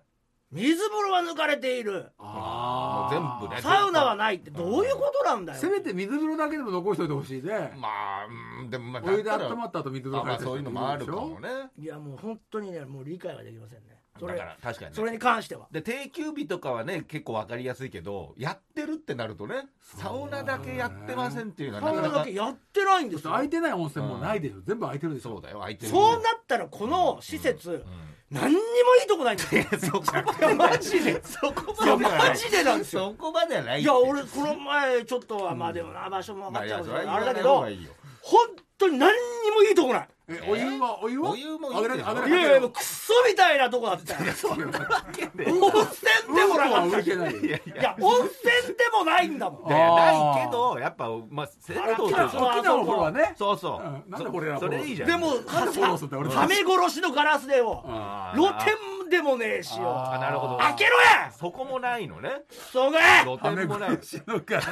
Speaker 3: 水風呂は抜かれている
Speaker 4: あ
Speaker 2: もう全部ね
Speaker 3: サウナはないってどういうことなんだよ
Speaker 4: せめて水風呂だけでも残しといてほしいね。
Speaker 2: まあうんでもまあ
Speaker 4: お湯で
Speaker 2: だったら
Speaker 4: 温まった後水風
Speaker 2: あ
Speaker 4: 呂
Speaker 2: まあ
Speaker 4: 入って
Speaker 2: そういうのもあるかもね
Speaker 3: いやもう本当にねもう理解はできませんねそ
Speaker 2: だか
Speaker 3: れ
Speaker 2: ら確かにね
Speaker 3: それに関しては
Speaker 2: で定休日とかはね結構わかりやすいけどやってるってなるとねサウナだけやってませんっていうの
Speaker 3: サ
Speaker 2: は
Speaker 3: ウ
Speaker 2: な
Speaker 3: ナ
Speaker 2: かな
Speaker 3: だ
Speaker 2: か
Speaker 3: けやってないんですよ
Speaker 4: 空いてない温泉もないでしょ。全部空いてるでし
Speaker 2: そう
Speaker 4: ょ。
Speaker 2: だよ空いてる
Speaker 3: そうなったらこの施設、何にもいいとこないんですよそこマジでそこまでマジでなんですよ
Speaker 2: そこまではない
Speaker 3: いや俺この前ちょっとはまあでもな場所も分
Speaker 2: ま
Speaker 3: か
Speaker 2: あ
Speaker 3: っ
Speaker 2: い
Speaker 3: ちゃ
Speaker 2: や
Speaker 3: う
Speaker 2: そ
Speaker 3: し
Speaker 2: れは言
Speaker 3: あれ
Speaker 2: わ
Speaker 3: だ
Speaker 2: ない
Speaker 3: け
Speaker 2: 方
Speaker 3: ど
Speaker 2: がいいよ
Speaker 3: 本当に何にもいいとこない
Speaker 4: え、お湯はお湯は
Speaker 2: お湯もいいけど
Speaker 4: あげるあげる
Speaker 3: いやいやもうクソみたいなとこだったよ
Speaker 2: そんなわけでい
Speaker 3: 温泉でもなか
Speaker 4: う
Speaker 3: っ
Speaker 4: んこは浮
Speaker 3: た
Speaker 4: い
Speaker 3: しい
Speaker 4: てないよ。
Speaker 3: や温泉でもないんだもん
Speaker 2: やいやないけどやっぱまあ銭湯とし
Speaker 4: 大き
Speaker 2: て
Speaker 3: あ
Speaker 4: な
Speaker 2: は
Speaker 4: 大きなお風呂はね。
Speaker 2: そうそう
Speaker 4: うんなんで俺ら
Speaker 2: それでいいじゃん
Speaker 3: でも
Speaker 4: なんでフォローするんだよ俺ら
Speaker 3: はめ殺しのガラスでよ
Speaker 2: あー
Speaker 3: 露天でもねえしよ
Speaker 2: あなるほど
Speaker 3: 開けろや
Speaker 2: そこもないのね
Speaker 3: クソが
Speaker 2: 露
Speaker 4: アメ
Speaker 2: 天もない
Speaker 4: 殺しのガラ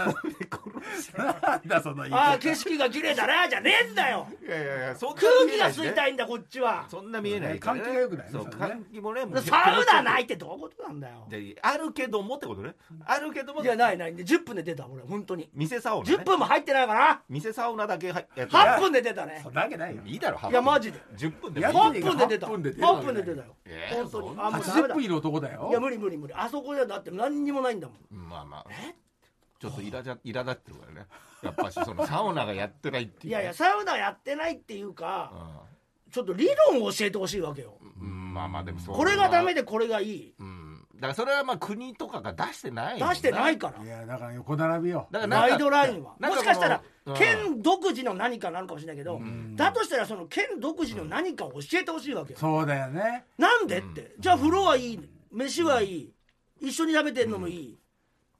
Speaker 4: ス。なんだその言い
Speaker 3: あ
Speaker 4: 方
Speaker 3: あ。景色が綺麗だなじゃねえんだよ
Speaker 2: いやいやいやそんな
Speaker 3: 空
Speaker 2: 見
Speaker 3: 気
Speaker 2: えな
Speaker 3: が
Speaker 2: いし
Speaker 3: 吸
Speaker 2: ね
Speaker 3: いたいんだこっちは
Speaker 2: そんな見えない
Speaker 4: 換気が良くないね
Speaker 2: そう
Speaker 4: それね
Speaker 2: 換気もねもう
Speaker 3: サウナないってどういうことなんだよ
Speaker 2: であるけどもってことねあるけども
Speaker 3: いやないないで10分で出た俺本当に
Speaker 2: 店サウナ、ね、
Speaker 3: 10分も入ってないから
Speaker 2: 店サウナだけ入やって
Speaker 3: 8分で出たね
Speaker 4: そんなわけないよ。
Speaker 2: いいだろ8分
Speaker 3: いやマジで
Speaker 2: 10分で
Speaker 4: や
Speaker 2: もい
Speaker 3: 8
Speaker 2: い
Speaker 3: 分で出た
Speaker 4: 8分で出た
Speaker 3: 8分で出たよ
Speaker 2: えー
Speaker 3: 本当にあもうダメ
Speaker 4: 80
Speaker 3: だ
Speaker 4: 分いる男だ
Speaker 3: いや
Speaker 4: よ。
Speaker 3: 無理無理無理あそこでだって何にもないんだもん
Speaker 2: まあまあちょっといらじゃ苛立ってるからねやっぱしそのサウナがやってないっていう、
Speaker 3: いやいやサウナやってないっていうか
Speaker 2: う
Speaker 3: ちょっと理論を教えてほしいわけよ
Speaker 2: んうん、まあまあでもそれは
Speaker 3: これがダメでこれがいい
Speaker 2: うんだからそれはまあ国とかが出してない
Speaker 3: 出
Speaker 2: もん
Speaker 3: してないから
Speaker 4: いやだから横並びよ。
Speaker 2: だからなんか
Speaker 3: ガイドラインは
Speaker 2: なん
Speaker 3: も
Speaker 2: かこの
Speaker 3: しかしたら
Speaker 2: うん
Speaker 3: 県独自の何かなのかもしれないけどだとしたらその県独自の何かを教えてほしいわけよ
Speaker 4: そうだよね。
Speaker 3: なんでってじゃあ風呂はいい飯はいい一緒に食べてんのもいい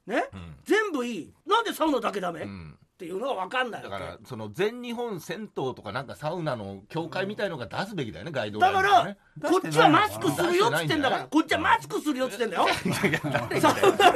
Speaker 3: ね全部いいなんでサウナだけダメっ
Speaker 2: ん
Speaker 3: ていうのが分かんない
Speaker 2: だ
Speaker 3: わ
Speaker 2: か
Speaker 3: け
Speaker 2: らその全日本銭湯とかなんかサウナの協会みたいのが出すべきだよね、ガイドラ
Speaker 3: だ
Speaker 2: イン
Speaker 3: か
Speaker 2: とね
Speaker 3: らこっちはマスク
Speaker 2: 出して
Speaker 3: す
Speaker 2: ない
Speaker 3: るよっつってんだから
Speaker 2: 出してないんだよ
Speaker 3: こっちはマスクするよっつってんだよ
Speaker 2: いや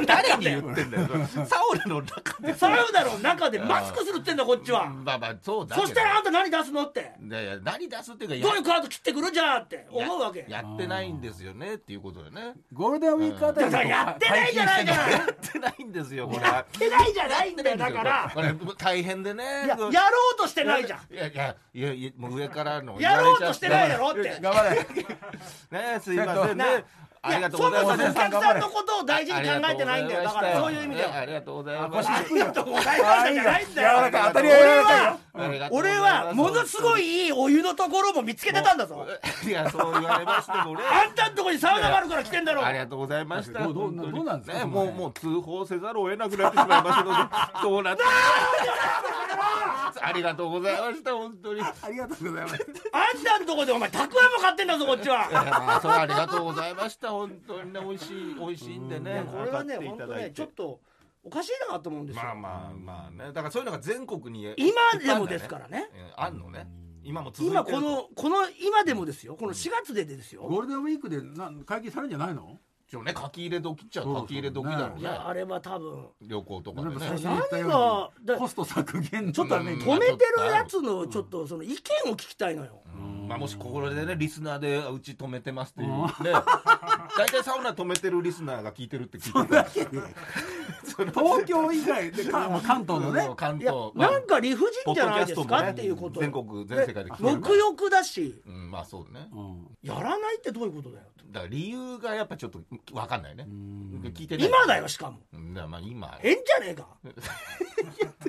Speaker 2: 誰に言ってんだよそれサウナの中で
Speaker 3: サウナの中でマスクするってんだこっちは
Speaker 2: まあまあそうだけど
Speaker 3: そしたらあんた何出すのって
Speaker 2: いやいや何出すっていうかや
Speaker 3: どういうカード切ってくるじゃんって思うわけ
Speaker 2: やってないんですよねっていうことでね
Speaker 4: ゴールデンウィークあたり
Speaker 3: だからやってないじゃないか
Speaker 4: 解禁してん
Speaker 2: や
Speaker 4: だよ
Speaker 3: や
Speaker 2: ってないんですよこれ
Speaker 3: やってないじゃないんだよだから
Speaker 2: これ大変でね
Speaker 3: いややろうとしてないじゃん
Speaker 2: いやいやいやいやもう上からの
Speaker 3: やろうとしてないだろって
Speaker 2: ね
Speaker 4: 頑張れ。
Speaker 2: すいませんね
Speaker 3: な
Speaker 2: ありがとうご
Speaker 3: そう
Speaker 2: ざい
Speaker 3: も
Speaker 2: ま
Speaker 3: お
Speaker 2: す
Speaker 3: 客さんのことを大事に考えてないんだよだからそういう意味で
Speaker 2: あ
Speaker 3: は
Speaker 2: りがとうございました
Speaker 3: ありがとうございましたじゃないんだ
Speaker 4: 柔ら
Speaker 3: よ
Speaker 4: かい当たりは柔らかいよ。
Speaker 2: ありがとうござ
Speaker 3: 俺
Speaker 2: い
Speaker 3: は
Speaker 2: ます
Speaker 3: ものすごいいいお湯のところも見つけてたんだぞ
Speaker 2: いやそう言われましても ね
Speaker 3: あんたんとこにサウナがあるから来てんだろ
Speaker 2: ありがとうございました。
Speaker 4: どうどう
Speaker 2: 本当に
Speaker 4: どうなんですか
Speaker 2: ね、
Speaker 4: その
Speaker 2: もう
Speaker 4: 辺
Speaker 2: もう通報せざるを得なくなってしまいましたので、そうなって。ありがとうございました本当に。いや
Speaker 4: ありがとうございます。
Speaker 3: あんたんとこでお前たくあんも買ってんだぞこっちは
Speaker 2: それはありがとうございました本当にね美味しい美味しいんでね。
Speaker 3: これはね
Speaker 2: 買ってい
Speaker 3: 本
Speaker 2: た
Speaker 3: 当
Speaker 2: だ
Speaker 3: ね
Speaker 2: いて
Speaker 3: ちょっとおかしいなと思うんですよ
Speaker 2: まあまあまあね。だからそういうのが全国に
Speaker 3: 今でもですからね
Speaker 2: うんあんのね。今も続いてる
Speaker 3: 今
Speaker 2: と
Speaker 3: このこの今でもですよこの4月でですよ、
Speaker 4: ゴールデンウィークでなん解禁されるんじゃないの？
Speaker 2: 一応ね書き入れ時っちゃ
Speaker 4: そうそう
Speaker 2: 書き入れ時だろう
Speaker 3: い
Speaker 2: ね。
Speaker 3: やあれは多分
Speaker 2: 旅行とかでね。
Speaker 4: 最初に
Speaker 3: 何
Speaker 4: 言ったよ
Speaker 3: が
Speaker 4: う
Speaker 3: だ
Speaker 4: にコスト削減
Speaker 3: ちょっとね、
Speaker 2: うん
Speaker 3: 止めてるやつのちょっとその意見を聞きたいのよ、
Speaker 2: まあ、もしここでねリスナーであうち止めてますっていうね大体サウナ止めてるリスナーが聞いてるって聞いてる
Speaker 4: 東京以外でかまあ関東のね
Speaker 2: そう。関
Speaker 3: いや
Speaker 2: 東まあ
Speaker 3: なんか理不
Speaker 2: ポ
Speaker 3: 尽
Speaker 2: ッ
Speaker 3: じゃ
Speaker 2: ドキ
Speaker 3: ない
Speaker 2: ャ
Speaker 3: で
Speaker 2: スト
Speaker 3: す
Speaker 2: も
Speaker 3: か
Speaker 2: ね
Speaker 3: っていうこと
Speaker 2: 全国全世界で聞いてるか
Speaker 3: 目
Speaker 2: ら
Speaker 3: 欲だし
Speaker 2: うんまあそうね
Speaker 4: う
Speaker 3: やらないってどういうことだよと
Speaker 2: だから理由がやっぱちょっと分かんないね聞いてない
Speaker 3: 今だよしかも
Speaker 2: うんだからまあ今
Speaker 3: えんじゃねえか
Speaker 4: ん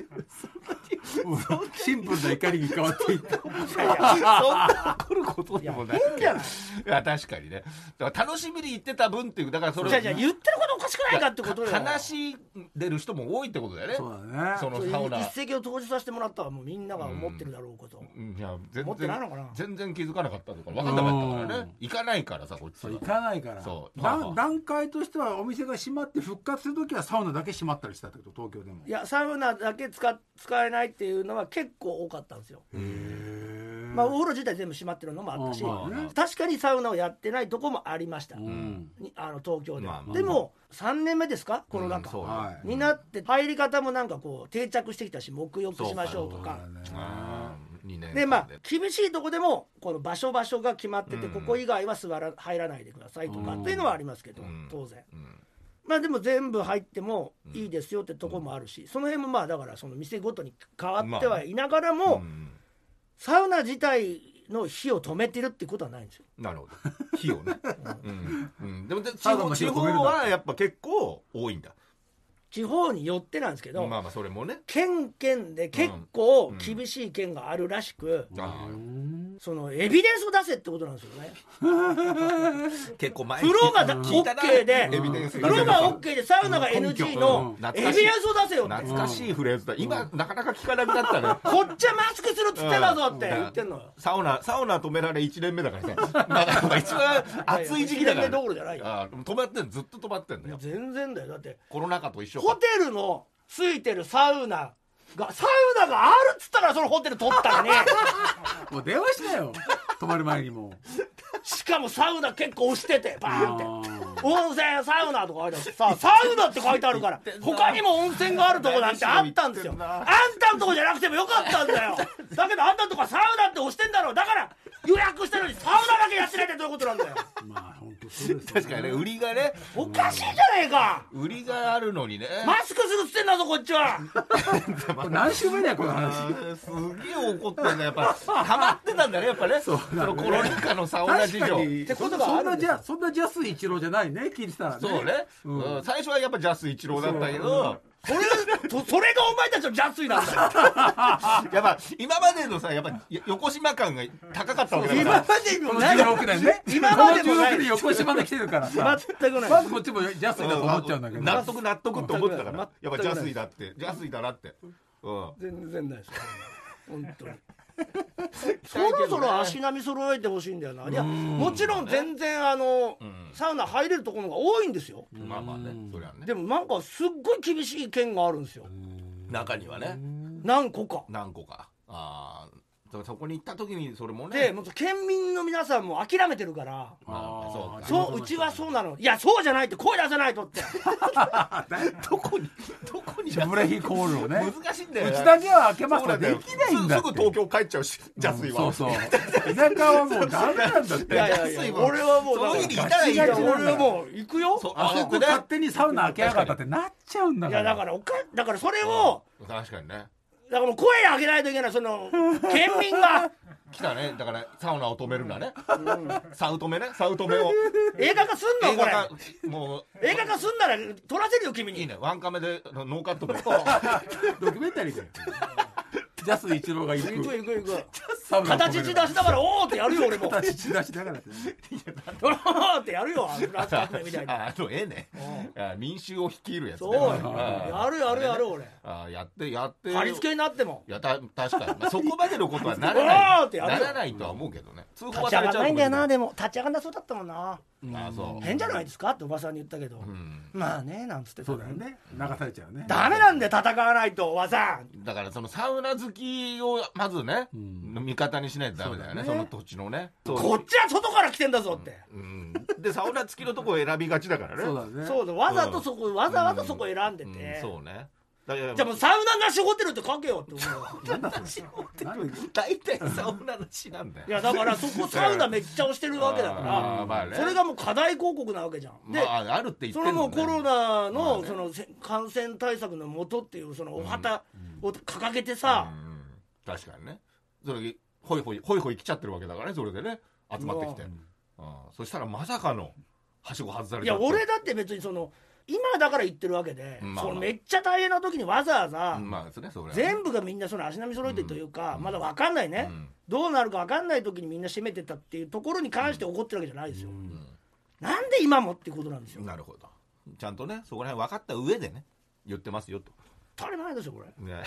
Speaker 4: シンプルな怒りに変わっていった。
Speaker 3: いやいや
Speaker 2: そんな怒ることでもない
Speaker 3: いいんじゃない
Speaker 2: いや確かにねだから楽しみに行ってた分っていうだからそれ
Speaker 3: じゃあじゃあ言ってることおかしくないかってことよ
Speaker 2: 悲しんでる人も多いってことだよね
Speaker 4: そうだね。
Speaker 2: その
Speaker 3: そう
Speaker 2: サウナ
Speaker 3: 一石を投じさせてもらったわもうみんなが思ってるだろうこと、
Speaker 2: うんいや全
Speaker 3: 持ってないのかな
Speaker 2: 然全然気づかなかったとか分かんなかったからね行かないからさこっち
Speaker 4: そう行
Speaker 2: は
Speaker 4: かないから
Speaker 2: そう
Speaker 4: だ
Speaker 2: まあまあ
Speaker 4: ん段階としてはお店が閉まって復活する時はサウナだけ閉まったりしたってこと東京でも
Speaker 3: いやサウナだけ使使えないっていうのは結構多かったんですよ、まあ、お風呂自体全部閉まってるのもあったし、
Speaker 4: あまあね
Speaker 3: 確かにサウナをやってないとこもありました、
Speaker 4: うん
Speaker 3: にあの東京で、
Speaker 2: まあまあ
Speaker 3: でも3年目ですかコロナ
Speaker 2: うんそう
Speaker 3: 禍、
Speaker 2: よ
Speaker 4: はい
Speaker 3: になって入り方もなんかこう定着してきたし沐浴しましょうとか
Speaker 4: そうだね
Speaker 2: うん2年間
Speaker 3: でまあ、厳しいとこでもこの場所場所が決まってて、
Speaker 2: うん
Speaker 3: ここ以外は座ら入らないでくださいとかっていうのはありますけど、
Speaker 2: うん
Speaker 3: 当然
Speaker 2: うん
Speaker 3: まあでも全部入ってもいいですよってとこもあるし、その辺もまあだからその店ごとに変わってはいながらも、
Speaker 2: うん
Speaker 3: サウナ自体の火を止めてるってことはないんですよ
Speaker 2: なるほど火 をね、うんうん、でもで地
Speaker 4: サウナ
Speaker 2: 方
Speaker 4: の
Speaker 2: 地
Speaker 4: 火を
Speaker 2: 方
Speaker 4: 止めるんだ
Speaker 2: はやっぱ結構多いんだ
Speaker 3: 地方によってなんですけど、
Speaker 2: まあまあそれもね
Speaker 3: 県県で結構厳しい県があるらしく、
Speaker 2: あ
Speaker 3: そのエビデンスを出せってことなんですよね。
Speaker 2: ー結構前
Speaker 3: 風呂がだ
Speaker 2: 聞いたな
Speaker 3: OK で、
Speaker 2: エビデンス
Speaker 3: 風呂が
Speaker 2: が
Speaker 3: OK でサウナが
Speaker 4: 根拠
Speaker 3: NG の
Speaker 2: うん
Speaker 3: エビデンスを出せよって。
Speaker 2: 懐かしいフレーズだ今なかなか聞かなくなったね
Speaker 3: こっちはマスクするっつってたぞって言ってんのよ。
Speaker 2: サウナサウナ止められ1年目だからねまあまあ一番暑い時期だから、
Speaker 3: 一年目どころじゃないよ
Speaker 2: あー止まってんずっと止まってんだよ
Speaker 3: 全然だよ。だって、
Speaker 2: コロナ禍と一緒
Speaker 3: ホテルのついてるサウナが、サウナがあるっつったからそのホテル 取ったのに、
Speaker 4: もう電話したよ泊まる前にも
Speaker 3: しかもサウナ結構押してて、バーンって。
Speaker 4: あ
Speaker 3: 温泉サウナとか書いてあるさあサウナって書いてある から他にも温泉があるとこなんてあったんですよ
Speaker 2: 何しろ言ってん
Speaker 3: あ
Speaker 2: なん
Speaker 3: たんとこじゃなくてもよかったん だよだけどあんたんとこはサウナって押してんだろうだから予約したのにサウナだけやってないってどういうことなんだよ
Speaker 4: ーまあ本当そうですよ
Speaker 2: 確かにね売りがね
Speaker 3: おかしいじゃねえか
Speaker 2: 売りがあるのにね
Speaker 3: マスクするっつってんだぞこっちは
Speaker 4: これ何週目だよこの
Speaker 2: あ
Speaker 4: 話
Speaker 2: ーすげえ怒ってるねやっぱ溜まってたんだねやっぱねそのコロナ禍のサウナ事
Speaker 4: 確
Speaker 2: 情
Speaker 4: かに
Speaker 3: てこ
Speaker 4: そん
Speaker 3: と
Speaker 4: な
Speaker 3: があ
Speaker 4: そん
Speaker 3: るん
Speaker 4: な
Speaker 3: です
Speaker 4: じ
Speaker 3: よ
Speaker 4: ゃそんなジャス一郎じゃないね聞いてたらね
Speaker 2: そうね、
Speaker 4: うん
Speaker 2: うん最初はやっぱジャス一郎だったけど、
Speaker 3: それとそれがお前たちの邪推なんだよ
Speaker 2: やっぱ今までのさやっぱよ横島感が高かったわけだか
Speaker 3: 今
Speaker 2: ら
Speaker 3: までにも
Speaker 4: この
Speaker 3: ない
Speaker 4: 16年ね
Speaker 3: 今までも
Speaker 4: この
Speaker 3: ない
Speaker 4: 16年横島で来てるからさ
Speaker 3: 全くない
Speaker 4: まずこっちもジャスだと思っちゃうんだけど
Speaker 2: 納得納得と思ってたからや
Speaker 3: 全
Speaker 2: っぱ
Speaker 3: くない
Speaker 2: ジャスイだってジャスイだなって、うん、
Speaker 3: 全然ないですよ本当に そろそろ足並み揃えてほしいんだよないやもちろん全然あの、
Speaker 2: ん
Speaker 3: サウナ入れるところが多いんですよ
Speaker 2: まあまあねそりゃね
Speaker 3: でもなんかすっごい厳しい県があるんですよ
Speaker 2: 中にはね
Speaker 3: 何個か
Speaker 2: 何個かああそそこに行った時にそれもね
Speaker 3: でもう県民の皆さんも諦めてるから
Speaker 2: まあそうか
Speaker 3: そううちはそうなのいやそうじゃないって声出さ ないとって
Speaker 2: どこにどこに
Speaker 4: ジャブレヒコールをね
Speaker 2: 難しいんだよ
Speaker 4: う
Speaker 2: ね
Speaker 4: ちだけは開けま
Speaker 2: そ
Speaker 4: す
Speaker 2: う
Speaker 4: から
Speaker 2: んだ
Speaker 4: で
Speaker 2: よ
Speaker 4: きないんだ
Speaker 2: す
Speaker 4: って
Speaker 2: ぐ東京帰っちゃうしジャスイは、
Speaker 4: そうそう田舎はもうダメなんだっ
Speaker 3: い
Speaker 4: て
Speaker 3: やいやい
Speaker 2: 安い
Speaker 3: や
Speaker 2: わ
Speaker 3: 俺はもうだから
Speaker 2: その日に行ったらいい
Speaker 3: い
Speaker 2: じゃん
Speaker 3: や俺はもう行くよ
Speaker 2: そう
Speaker 4: あそこ勝手にサウナ開けやがったってなっちゃうんだ
Speaker 3: い
Speaker 4: から
Speaker 3: やだからおかだからそれを
Speaker 2: 確かにね
Speaker 3: だからもう声上げないといけないそ の県民が
Speaker 2: 来たねだからサウナを止めるんだね、サウ止めねサウ止めを
Speaker 3: 映画化すんの
Speaker 2: 映
Speaker 3: こ
Speaker 2: 画
Speaker 3: れ
Speaker 2: がもう
Speaker 3: 映画化すんなら撮らせるよ君
Speaker 2: いい
Speaker 3: に
Speaker 2: ねワンカメであのノーカット で
Speaker 4: ドキュメンタリーだよジャス一郎が行
Speaker 3: 行く
Speaker 4: く
Speaker 3: 行く行く
Speaker 4: サウナを止め
Speaker 3: 形
Speaker 4: る
Speaker 3: 地出しながらおおってやるよ 俺もお
Speaker 4: 形出しだからって
Speaker 3: おってやるよあのフランス
Speaker 2: あ
Speaker 3: 革命みたいな
Speaker 2: あのええねあ民衆を率いるやつ、ね、
Speaker 3: そうよ
Speaker 2: あ
Speaker 3: やるやるやる俺
Speaker 2: あやってやって
Speaker 3: 貼り付けになっても
Speaker 2: いやた確かに、 まあ、そこまでのことはならな
Speaker 3: おー
Speaker 2: い
Speaker 3: ってやる
Speaker 2: な
Speaker 3: よ
Speaker 2: らないとは思うけどね通報
Speaker 3: 立
Speaker 2: は
Speaker 3: ち
Speaker 2: さ
Speaker 3: 上が
Speaker 2: れ
Speaker 3: ん
Speaker 2: ちゃう
Speaker 3: ないんだよな
Speaker 2: で
Speaker 3: でも立ち上がんなそうだったもんな
Speaker 2: ああそう
Speaker 3: 変じゃないですかっておばさんに言ったけど
Speaker 2: うん
Speaker 3: まあねなんつってた
Speaker 4: そうだよね流されちゃうね
Speaker 3: ダメなんだよ戦わないとおばさん
Speaker 2: だからそのサウナ好きをまずね、
Speaker 4: ん
Speaker 2: 味方にしないとダメだよねそ
Speaker 4: そうだね
Speaker 2: の土地のね
Speaker 3: こっちは外から来てんだぞって
Speaker 2: うん、でサウナ付きのとこを選びがちだからね
Speaker 4: そうだね
Speaker 3: そうだわざとそこわざわざそこ選んで
Speaker 2: うん
Speaker 3: て
Speaker 2: そうねだから
Speaker 3: じゃあもうサウナなしホテルって書けよって思うよ
Speaker 4: なんだそれ何
Speaker 2: 大体サウナの詩なんだよ
Speaker 3: いやだからそこサウナめっちゃ押してるわけだから
Speaker 2: あーまあね
Speaker 3: それがもう課題広告なわけじゃん。で、
Speaker 2: まあ、あるって言って
Speaker 3: そ
Speaker 2: ん
Speaker 3: れ
Speaker 2: の
Speaker 3: もコロナ
Speaker 2: まあ
Speaker 3: の
Speaker 2: ね
Speaker 3: そのせ感染対策のもとっていうそのお旗を掲げてさ、
Speaker 2: うんうん確かにねそれホイホイホイホイ来ちゃってるわけだからねそれでね集まってきて、うんそしたらまさかのはしご外され
Speaker 3: い
Speaker 2: ちゃ
Speaker 3: や
Speaker 2: って
Speaker 3: 俺だって別にその今だから言ってるわけで、
Speaker 2: まあまあ
Speaker 3: そのめっちゃ大変な時にわざわざ、
Speaker 2: うんまあですねそれは
Speaker 3: 全部がみんなその足並み揃えてというか、
Speaker 2: うん
Speaker 3: まだ分かんないね、
Speaker 2: うん
Speaker 3: どうなるか分かんない時にみんな締めてたっていうところに関して怒ってるわけじゃないですよ、
Speaker 2: ん
Speaker 3: なんで今もっていうことなんですよ
Speaker 2: なるほどちゃんとねそこら辺分かった上でね言ってますよと、
Speaker 3: 当たり前ですよこれ
Speaker 2: ね、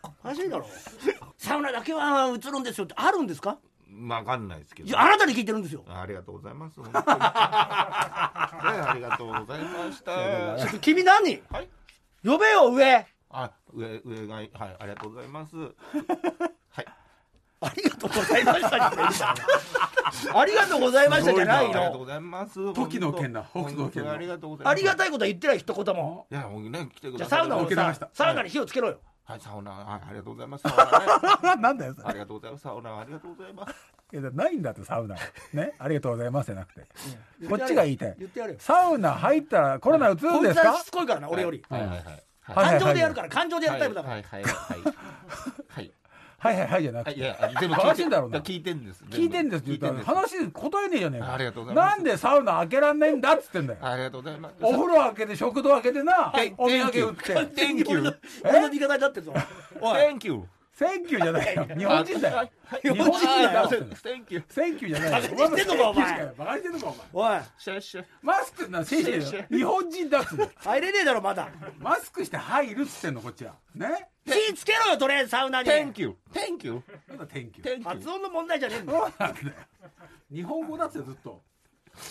Speaker 3: おかしいだろ サウナだけは映るんですよってあるんですか
Speaker 2: 分かんないですけど
Speaker 3: いやあなたに聞いてるんですよ
Speaker 2: ありがとうございます本当にねありがとうございました
Speaker 3: ちょっと 君何
Speaker 2: はい
Speaker 3: 呼べよ上
Speaker 2: あ上上がはいありがとうございますはい
Speaker 3: ありがとうございましたにした ありがとうございましたじゃ
Speaker 2: あ
Speaker 3: な
Speaker 2: り
Speaker 3: い
Speaker 2: がとう
Speaker 3: の
Speaker 2: ございます
Speaker 4: 時の件だ北斗の件
Speaker 2: 本当に
Speaker 4: だ
Speaker 2: ありがとうございます
Speaker 3: ありがたいことは言ってない一言も
Speaker 2: いやもうね来てく
Speaker 3: じ
Speaker 2: だ
Speaker 3: ゃあ
Speaker 2: さ
Speaker 3: サ
Speaker 2: る
Speaker 3: ウナを
Speaker 4: 受け流
Speaker 3: さ
Speaker 4: した
Speaker 3: サウナに火をつけろよ
Speaker 2: はい、サウナ、はい、ありがとうございます。サウ ナね
Speaker 5: なんだよそれ
Speaker 2: ありがとうございます。サウナ、ありがとうございます。
Speaker 5: いやだからないんだってサウナねありがとうございますじゃなくてこっちが言いたい
Speaker 3: 言ってやれよ
Speaker 5: サウナ入ったらコロナうつるん
Speaker 3: こい
Speaker 5: で
Speaker 3: つ
Speaker 5: すか
Speaker 3: はしつこいからな俺より
Speaker 2: はい、はい、はい。
Speaker 5: はいはい
Speaker 3: 感情でやるから感情でやるタイプだから
Speaker 2: はい、はい、はい。はいはい。
Speaker 5: はいはいはいじゃなく
Speaker 2: は
Speaker 5: て
Speaker 2: い、いや、全部
Speaker 5: 悲
Speaker 2: 聞い
Speaker 5: しい
Speaker 2: て
Speaker 5: んだろうな
Speaker 2: 聞いてんです。
Speaker 5: 聞いてんですって
Speaker 2: 聞
Speaker 5: 言
Speaker 2: い
Speaker 5: ってた
Speaker 2: ん
Speaker 5: ら
Speaker 2: です。
Speaker 5: 話答えねえじゃねえか
Speaker 2: ありがとうございます
Speaker 5: なんでサウナ開けらんねえんだっつってんだよ
Speaker 2: ありがとうございます。
Speaker 5: お風呂開けて食堂開けてな
Speaker 2: はい
Speaker 5: お土産 売って
Speaker 2: 天気
Speaker 3: 俺の俺の味方になってるぞおい
Speaker 2: Thank you.
Speaker 5: センキューじゃないよ日本人だよ
Speaker 2: 日
Speaker 5: 本人だよ
Speaker 2: Thank you.
Speaker 5: センキューじゃないよ
Speaker 3: バカにしてんのかお前
Speaker 4: バカにしてんのかお前
Speaker 3: おい
Speaker 2: シェシェ。
Speaker 5: マスクなせい
Speaker 2: シェ
Speaker 5: ぜい日本人だっつうの
Speaker 3: 入れねえだろまだ
Speaker 4: マスクして入るっつってんのこっちはね
Speaker 3: 火つけろよとりあえずサウナに
Speaker 2: Thank you. Thank you.
Speaker 4: なんだ天気
Speaker 2: Thank you.
Speaker 3: 発音の問題じゃねえんだ
Speaker 4: そ
Speaker 3: よ
Speaker 4: うなんだよ日本語だってずっと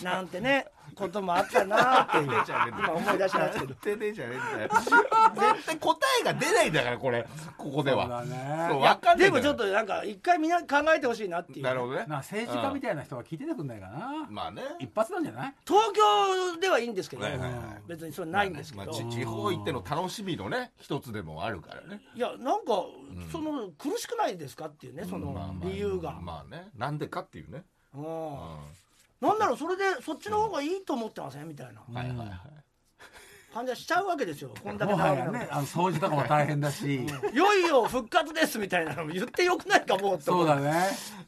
Speaker 3: なんてねこともあったなっていう今思い出しましたけど
Speaker 2: 出ねえじゃねえんだよ。絶対答えが出ないんだからこれここでは。
Speaker 4: そうだ
Speaker 2: そう
Speaker 4: ね
Speaker 2: わかんない
Speaker 3: で
Speaker 2: んだ
Speaker 3: も
Speaker 2: よ。
Speaker 3: ちょっとなんか一回みんな考えてほしいなっていう
Speaker 2: なるほどね。
Speaker 4: な政治家みたいな人は聞いててくんないかな
Speaker 2: まあね。
Speaker 4: 一発なんじゃない
Speaker 3: 東京ではいいんですけど
Speaker 2: はいはいはい
Speaker 3: 別にそれないんですけ
Speaker 2: まあ
Speaker 3: ど
Speaker 2: ち地方行っての楽しみのね一つでもあるからね。
Speaker 3: いやなんかその苦しくないですかっていうねそ
Speaker 2: まあ
Speaker 3: の
Speaker 2: まあ
Speaker 3: 理由が
Speaker 2: まあね。なんでかっていうね。
Speaker 3: うん
Speaker 2: うん
Speaker 3: なんならそれでそっちの方がいいと思ってませんみたいな
Speaker 2: はいはいはい。
Speaker 3: 感じはしちゃうわけですよこんだけ
Speaker 4: もはや
Speaker 3: 長くな
Speaker 4: ね
Speaker 3: る
Speaker 4: あの掃除とかも大変だし
Speaker 3: といよいよ復活ですみたいなのも言ってよくないかもうって思
Speaker 4: そうだね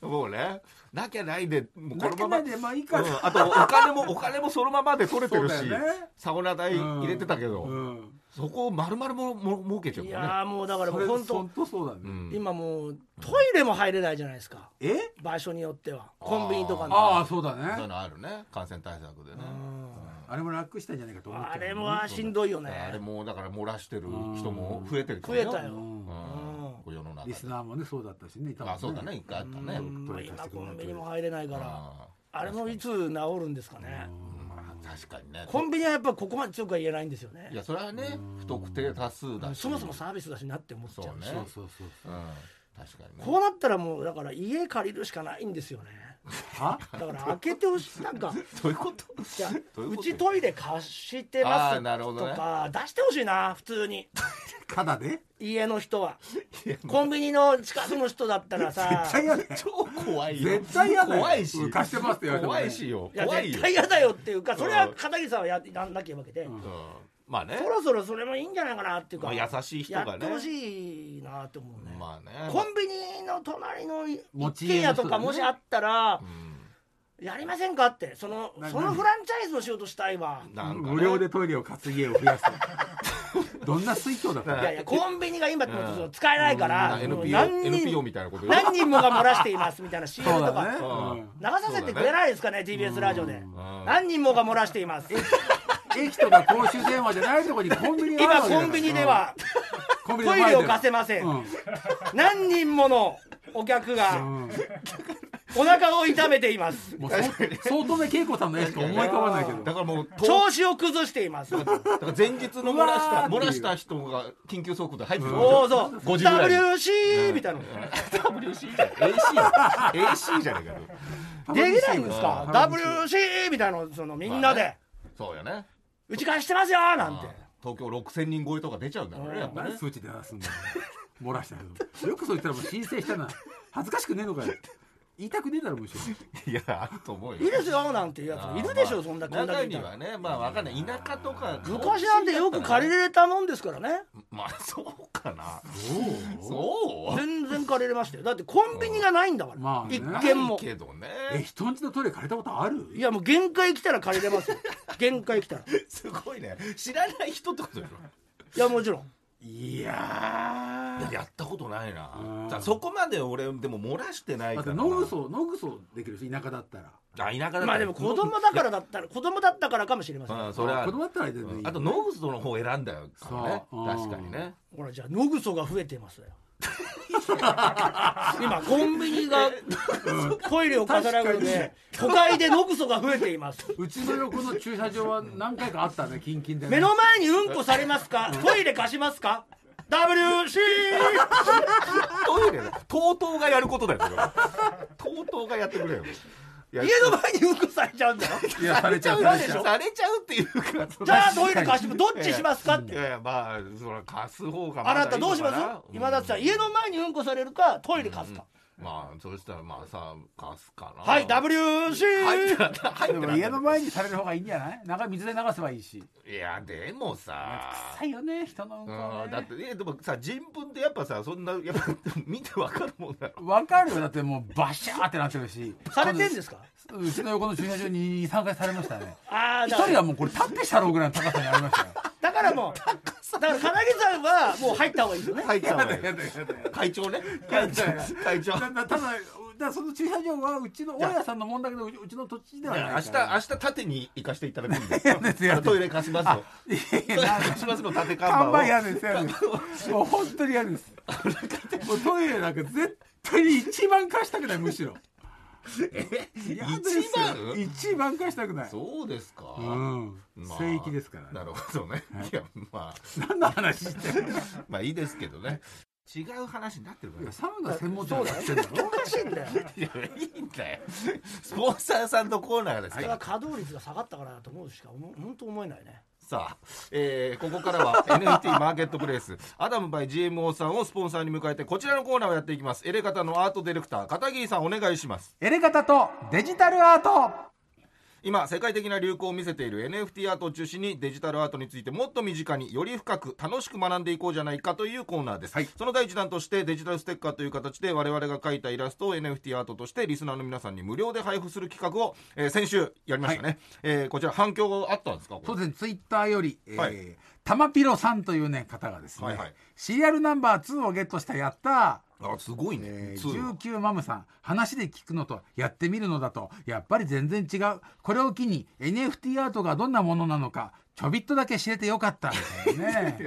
Speaker 2: もうねなきゃないでもうこの
Speaker 4: このま
Speaker 2: まま。
Speaker 4: までまあいいか
Speaker 2: うんあとお金もお金もそのままで取れてるし
Speaker 4: そうだよね
Speaker 2: サウナ代入れてたけど、
Speaker 4: うん
Speaker 2: そこを丸々もも儲けちゃう
Speaker 3: い
Speaker 2: からね
Speaker 3: やーもうだからもう
Speaker 4: 本
Speaker 3: 本
Speaker 4: 当
Speaker 3: 当
Speaker 4: 本当そうだね
Speaker 2: うん
Speaker 3: 今もうトイレも入れないじゃないですか
Speaker 4: え
Speaker 3: 場所によってはコンビニとかの
Speaker 4: ああそうだ
Speaker 2: そういう
Speaker 4: ね
Speaker 2: のあるね感染対策でね
Speaker 4: あれも楽したんじゃないかと思っ
Speaker 3: あ
Speaker 4: て
Speaker 3: れもはしんどいよね
Speaker 2: あれもだから漏らしてる人も増えてるか
Speaker 3: 増
Speaker 2: ら
Speaker 3: え
Speaker 2: よ
Speaker 3: たよ、
Speaker 2: うんこう世の中で
Speaker 4: リスナーもねそうだったしねいたもん
Speaker 2: あそうだね一回あったね
Speaker 3: うん
Speaker 4: トイレ
Speaker 3: 今
Speaker 4: 貸してく
Speaker 3: コ
Speaker 4: れない
Speaker 3: ンビニも入れないから
Speaker 2: あ
Speaker 3: あれもいつ治るんですかね
Speaker 2: ーまあ確かにね
Speaker 3: コンビニはやっぱここまで強くは言えないんですよね
Speaker 2: いやそれはね不特定多数だし
Speaker 3: そもそもサービスだしなって思っちゃうし
Speaker 2: そう
Speaker 4: そ
Speaker 2: ね
Speaker 4: うそうそう
Speaker 2: うん確かにね
Speaker 3: こうなったらもうだから家借りるしかないんですよね
Speaker 4: は
Speaker 3: だから開けてほしいなんか
Speaker 2: どういうこと
Speaker 3: じゃあ
Speaker 2: どういう
Speaker 3: う
Speaker 2: こと
Speaker 3: ちトイレ貸してま
Speaker 2: あー
Speaker 3: す
Speaker 2: なるほどね
Speaker 3: とか出してほしいな普通に
Speaker 4: ただで
Speaker 3: 家の 人はコンビニの近くの人だったらさ
Speaker 4: 絶対嫌だよ
Speaker 2: 超怖いよ
Speaker 4: 絶対嫌だよ
Speaker 2: 怖いし
Speaker 4: 浮かしてますって言われてもね
Speaker 2: 怖いしよ
Speaker 3: いや
Speaker 2: 怖いよ
Speaker 3: 絶対嫌だよっていうかそれは片桐さんはやらなきゃいけなくて、
Speaker 2: うんまあね
Speaker 3: そろそろそれもいいんじゃないかなっていうか、
Speaker 2: まあ優しい人がね
Speaker 3: やってほしいなって思うね、
Speaker 2: まあね
Speaker 3: コンビニの隣の
Speaker 4: 持
Speaker 3: 一
Speaker 4: ち家
Speaker 3: 軒
Speaker 4: の
Speaker 3: 家
Speaker 4: 人
Speaker 3: と
Speaker 4: だね
Speaker 3: かもしあったら
Speaker 2: う、ん
Speaker 3: やりませんかってその
Speaker 4: な
Speaker 3: そのフランチャイズの仕事したいわ
Speaker 2: なんかね
Speaker 4: 無料でトイレを貸す家を増 やすどんな水筒だか
Speaker 3: いやいやコンビニが今ってことその使えないか
Speaker 2: な
Speaker 3: ら、もう
Speaker 2: NPO,
Speaker 3: 何
Speaker 2: NPO
Speaker 3: 人
Speaker 2: みたいなこと言う
Speaker 3: 何人もが漏らしていますみたいな CM
Speaker 4: そう
Speaker 3: とか、
Speaker 4: だね
Speaker 2: うん
Speaker 3: 流させてくれないですかね TBS ラジオで
Speaker 2: ん
Speaker 3: 何人もが漏らしています
Speaker 4: 駅とか公衆電話じゃないとこにコンビニがあ
Speaker 3: 今
Speaker 4: るわ
Speaker 3: コ
Speaker 4: けだから
Speaker 3: ンビニでは
Speaker 4: コンビニ
Speaker 3: ト
Speaker 4: の
Speaker 3: イ
Speaker 4: 前
Speaker 3: レ
Speaker 4: で
Speaker 3: を貸せません、
Speaker 4: うん
Speaker 3: 何人ものお客が
Speaker 4: うん
Speaker 3: お腹を痛めています
Speaker 4: もうそう相当ね恵子さんの絵しか思い浮かばないけど
Speaker 2: だからもうと
Speaker 3: 調子を崩しています
Speaker 2: だから前日の漏らし
Speaker 4: う
Speaker 2: た
Speaker 4: わーってい
Speaker 2: 漏
Speaker 4: う
Speaker 2: らした人が緊急速度で入ってくる
Speaker 3: おおそう
Speaker 2: 5時ぐらい
Speaker 3: WC みたいなの
Speaker 2: WC じゃねえ AC, AC じゃねえかよ
Speaker 3: できないんですか
Speaker 4: うん
Speaker 3: WC みたいなのそのみんな
Speaker 2: まあ
Speaker 3: で
Speaker 2: ねそうよね
Speaker 3: 「うち貸してますよ」なんて
Speaker 2: ああ東京6000人超えとか出ちゃうんだろうねやっぱ
Speaker 4: 何
Speaker 2: ね
Speaker 4: 数値で出すんだよ漏らしたけどよくそう言ったらもう申請したな恥ずかしくねえのかよ言いたくねえだろむしろ
Speaker 2: いやあると思うよ
Speaker 3: 「いいですよ」なんていうやつ
Speaker 2: ああ
Speaker 3: もいるでし
Speaker 2: ま
Speaker 3: ょ
Speaker 2: あ
Speaker 3: そんなこんだ
Speaker 2: 中
Speaker 3: けい
Speaker 2: に
Speaker 3: たら
Speaker 2: はねまあわかんない田舎とか
Speaker 3: 昔なんてよく借り
Speaker 2: る
Speaker 3: れたもんですからね
Speaker 2: まあそうかな
Speaker 4: お
Speaker 2: そう
Speaker 3: 全然借りれましたよだってコンビニがないんだから、
Speaker 4: まあね
Speaker 3: 一軒
Speaker 2: な
Speaker 3: も
Speaker 2: いけどね
Speaker 4: え人んちのトイレ借りたことある
Speaker 3: いやもう限界来たら借りれますよ限界来たらい
Speaker 2: すごいね知らない人ってことでしょ
Speaker 3: やもちろん
Speaker 4: いやー
Speaker 2: やったことないな
Speaker 4: うん
Speaker 2: だからそこまで俺でも漏らしてない
Speaker 4: だっ
Speaker 2: か
Speaker 4: て
Speaker 2: ら
Speaker 4: 野ぐそ野ぐそできるし田舎だったら
Speaker 2: あ田舎だったら
Speaker 3: まあでも子供だからだったら子供だったからかもしれません
Speaker 2: うんそれはあ
Speaker 4: 子
Speaker 2: る
Speaker 4: 供だったら全然いい
Speaker 2: あとノグソの方選んだよからね
Speaker 4: そう
Speaker 2: 確かにね
Speaker 3: ほらじゃあ野ぐそが増えてますよ 今コンビニがトイレを飾らないので都会で野ぐそが増えています
Speaker 4: うちの横の駐車場は何回かあったねキンキンでね
Speaker 3: 目の前にうんこされますかトイレ貸しますか WC
Speaker 2: トイレだ TOTO がやることだよ TOTO がやってくれよいや
Speaker 3: 家の前にうんこされちゃうんだよ
Speaker 4: いやされちゃう
Speaker 3: なんでしょ
Speaker 2: されちゃうっていうか
Speaker 3: じゃあトイレ貸してもどっちしますかっ
Speaker 2: い
Speaker 3: て
Speaker 2: やいやまあそら貸す方がま
Speaker 3: あ
Speaker 2: だい
Speaker 3: ない
Speaker 2: のか
Speaker 3: たどうします今田さん家の前にうんこされるかトイレ貸すか、
Speaker 2: まあそうしたらまあさ貸すかな
Speaker 3: はい WC、
Speaker 2: 入ってなかった入
Speaker 5: で
Speaker 2: ってなか
Speaker 5: も
Speaker 2: った
Speaker 5: 家の前にされる方がいいんじゃない長い水で流せばいいし
Speaker 2: いやでもさ
Speaker 5: 臭いよね人のうんこは
Speaker 2: う
Speaker 5: ね
Speaker 2: んだってえでもさ人文ってやっぱさそんなやっぱ見てわかるもんだろ
Speaker 5: わかるよだってもうバシャーってなってるし
Speaker 3: されてんですか
Speaker 5: うちの横の駐車場に23回されましたね
Speaker 3: ああ
Speaker 5: 一
Speaker 3: だか
Speaker 5: 人は
Speaker 3: ら
Speaker 5: もうこれ立ってしたろうぐらいの高さにありましたよ
Speaker 3: だからもうだから金木さんはもう入った方がいいですよね
Speaker 2: 入った方がいい
Speaker 4: やだやだやだ
Speaker 2: 会長ね会長会長
Speaker 4: だだただだからその駐車場はうちの大家さんの問題でうちうちの土地ではない
Speaker 2: 明日明日縦に行かしていただくんで
Speaker 5: ですよ
Speaker 2: トイレ貸しますよ
Speaker 5: いや
Speaker 2: トイレ貸しますの縦看板を
Speaker 5: 看板嫌です嫌ですもう本当に嫌です
Speaker 4: もうトイレなんか絶対に一番貸したくないむしろ一
Speaker 2: 一番
Speaker 4: 一番貸したくない
Speaker 2: そうですか、
Speaker 4: うん
Speaker 2: まあ
Speaker 4: 聖域ですからね
Speaker 2: なるほどね、い、やま
Speaker 4: 何の話してる
Speaker 2: あまあいいですけどね違う話になってるから
Speaker 4: サウナ専門店やってんだろ
Speaker 3: おかしいんだよ
Speaker 2: いやいいんだよスポンサーさんのコーナーです
Speaker 3: そ
Speaker 2: か
Speaker 3: れ
Speaker 2: ら、
Speaker 3: は稼働率が下がったからだと思うしか思う本当思えないね
Speaker 2: さあ、えーここからは NFT マーケットプレイスアダムバイ GMO さんをスポンサーに迎えてこちらのコーナーをやっていきますエレガタのアートディレクター片桐さんお願いします
Speaker 5: エレガタとデジタルアート
Speaker 2: 今世界的な流行を見せている NFT アートを中心にデジタルアートについてもっと身近により深く楽しく学んでいこうじゃないかというコーナーです、その第一弾としてデジタルステッカーという形で我々が描いたイラストを NFT アートとしてリスナーの皆さんに無料で配布する企画を、えー先週やりましたね、えーこちら反響あったんですかこれ
Speaker 4: そうですねツイッターより、えー
Speaker 2: はい
Speaker 4: タマピロさんという、ね、方がですね、
Speaker 2: はいはい
Speaker 4: シリアルナンバー2をゲットしたやったー
Speaker 2: あすごいね、
Speaker 4: え
Speaker 2: ツー
Speaker 4: ー、19マムさん話で聞くのとやってみるのだとやっぱり全然違うこれを機に NFT アートがどんなものなのかちょびっとだけ知れてよかったみたいなね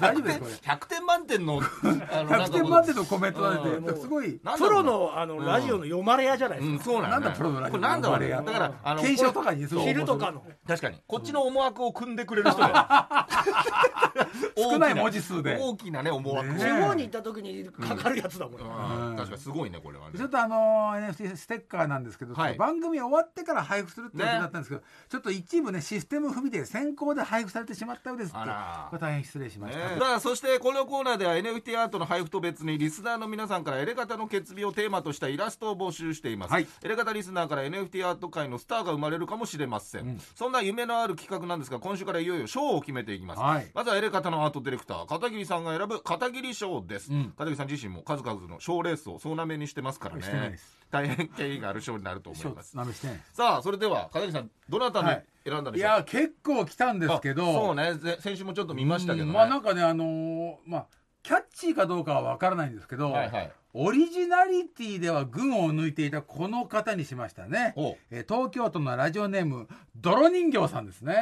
Speaker 4: 大丈夫ですこれ
Speaker 2: 100点満点 のあのなんか
Speaker 4: 100点満点のコメントが
Speaker 2: う
Speaker 4: 出
Speaker 2: ん
Speaker 4: てすごい
Speaker 2: なんだ
Speaker 3: プ
Speaker 2: ろう
Speaker 3: ロ
Speaker 2: な
Speaker 3: のあの、ラジオの読まれ屋じゃないで
Speaker 2: う
Speaker 3: す
Speaker 2: ん
Speaker 3: か、
Speaker 2: そうなんだ
Speaker 4: なんだプロのラジオ
Speaker 2: これなんだろうね
Speaker 4: 我々
Speaker 2: だからあの
Speaker 4: 検証と
Speaker 2: こ
Speaker 4: かにすごい
Speaker 3: 昼とかの
Speaker 2: れ確かにこっちの思惑を組んでくれる人が
Speaker 4: 少ない文字数で
Speaker 2: 大きなね思惑を、
Speaker 4: ね
Speaker 3: 地方に行った時にかかるやつだもん、ね
Speaker 2: うん確かにすごいねこれはね
Speaker 4: ちょっとあのー NFT ステッカーなんですけど、
Speaker 2: はい
Speaker 4: 番組終わってから配布するって
Speaker 2: ね
Speaker 4: ことだったんですけど、ちょっと一部ねシステム不備で先行で配布されてしまったようですって
Speaker 2: あら
Speaker 4: これ大変失礼しました、
Speaker 2: ねさあそしてこのコーナーでは NFT アートの配布と別にリスナーの皆さんからエレガタの決備をテーマとしたイラストを募集しています、
Speaker 4: はい
Speaker 2: エレガタリスナーから NFT アート界のスターが生まれるかもしれません、そんな夢のある企画なんですが今週からいよいよ賞を決めていきます、
Speaker 4: はい
Speaker 2: まずはエレガタのアートディレクター片桐さんが選ぶ片桐賞です、
Speaker 4: うん
Speaker 2: 片桐さん自身も数々の賞レースを総なめにしてますから
Speaker 4: してない
Speaker 2: ね
Speaker 4: です
Speaker 2: 大変敬意がある賞になると思
Speaker 4: ちょ
Speaker 2: い
Speaker 4: っ
Speaker 2: ます
Speaker 4: となめしてない
Speaker 2: さあそれでは片桐さんどなたに
Speaker 4: はい
Speaker 2: 選んだで
Speaker 4: い
Speaker 2: しょうか、
Speaker 4: や結構来たんですけど
Speaker 2: あそうねぜ先週もちょっと見ましたけどね、
Speaker 4: うんまあなんかねあのーまあキャッチーかどうかは分からないんですけど、
Speaker 2: はいはい
Speaker 4: オリジナリティでは群を抜いていたこの方にしましたね
Speaker 2: おう、
Speaker 4: えー東京都のラジオネーム泥人形さんですね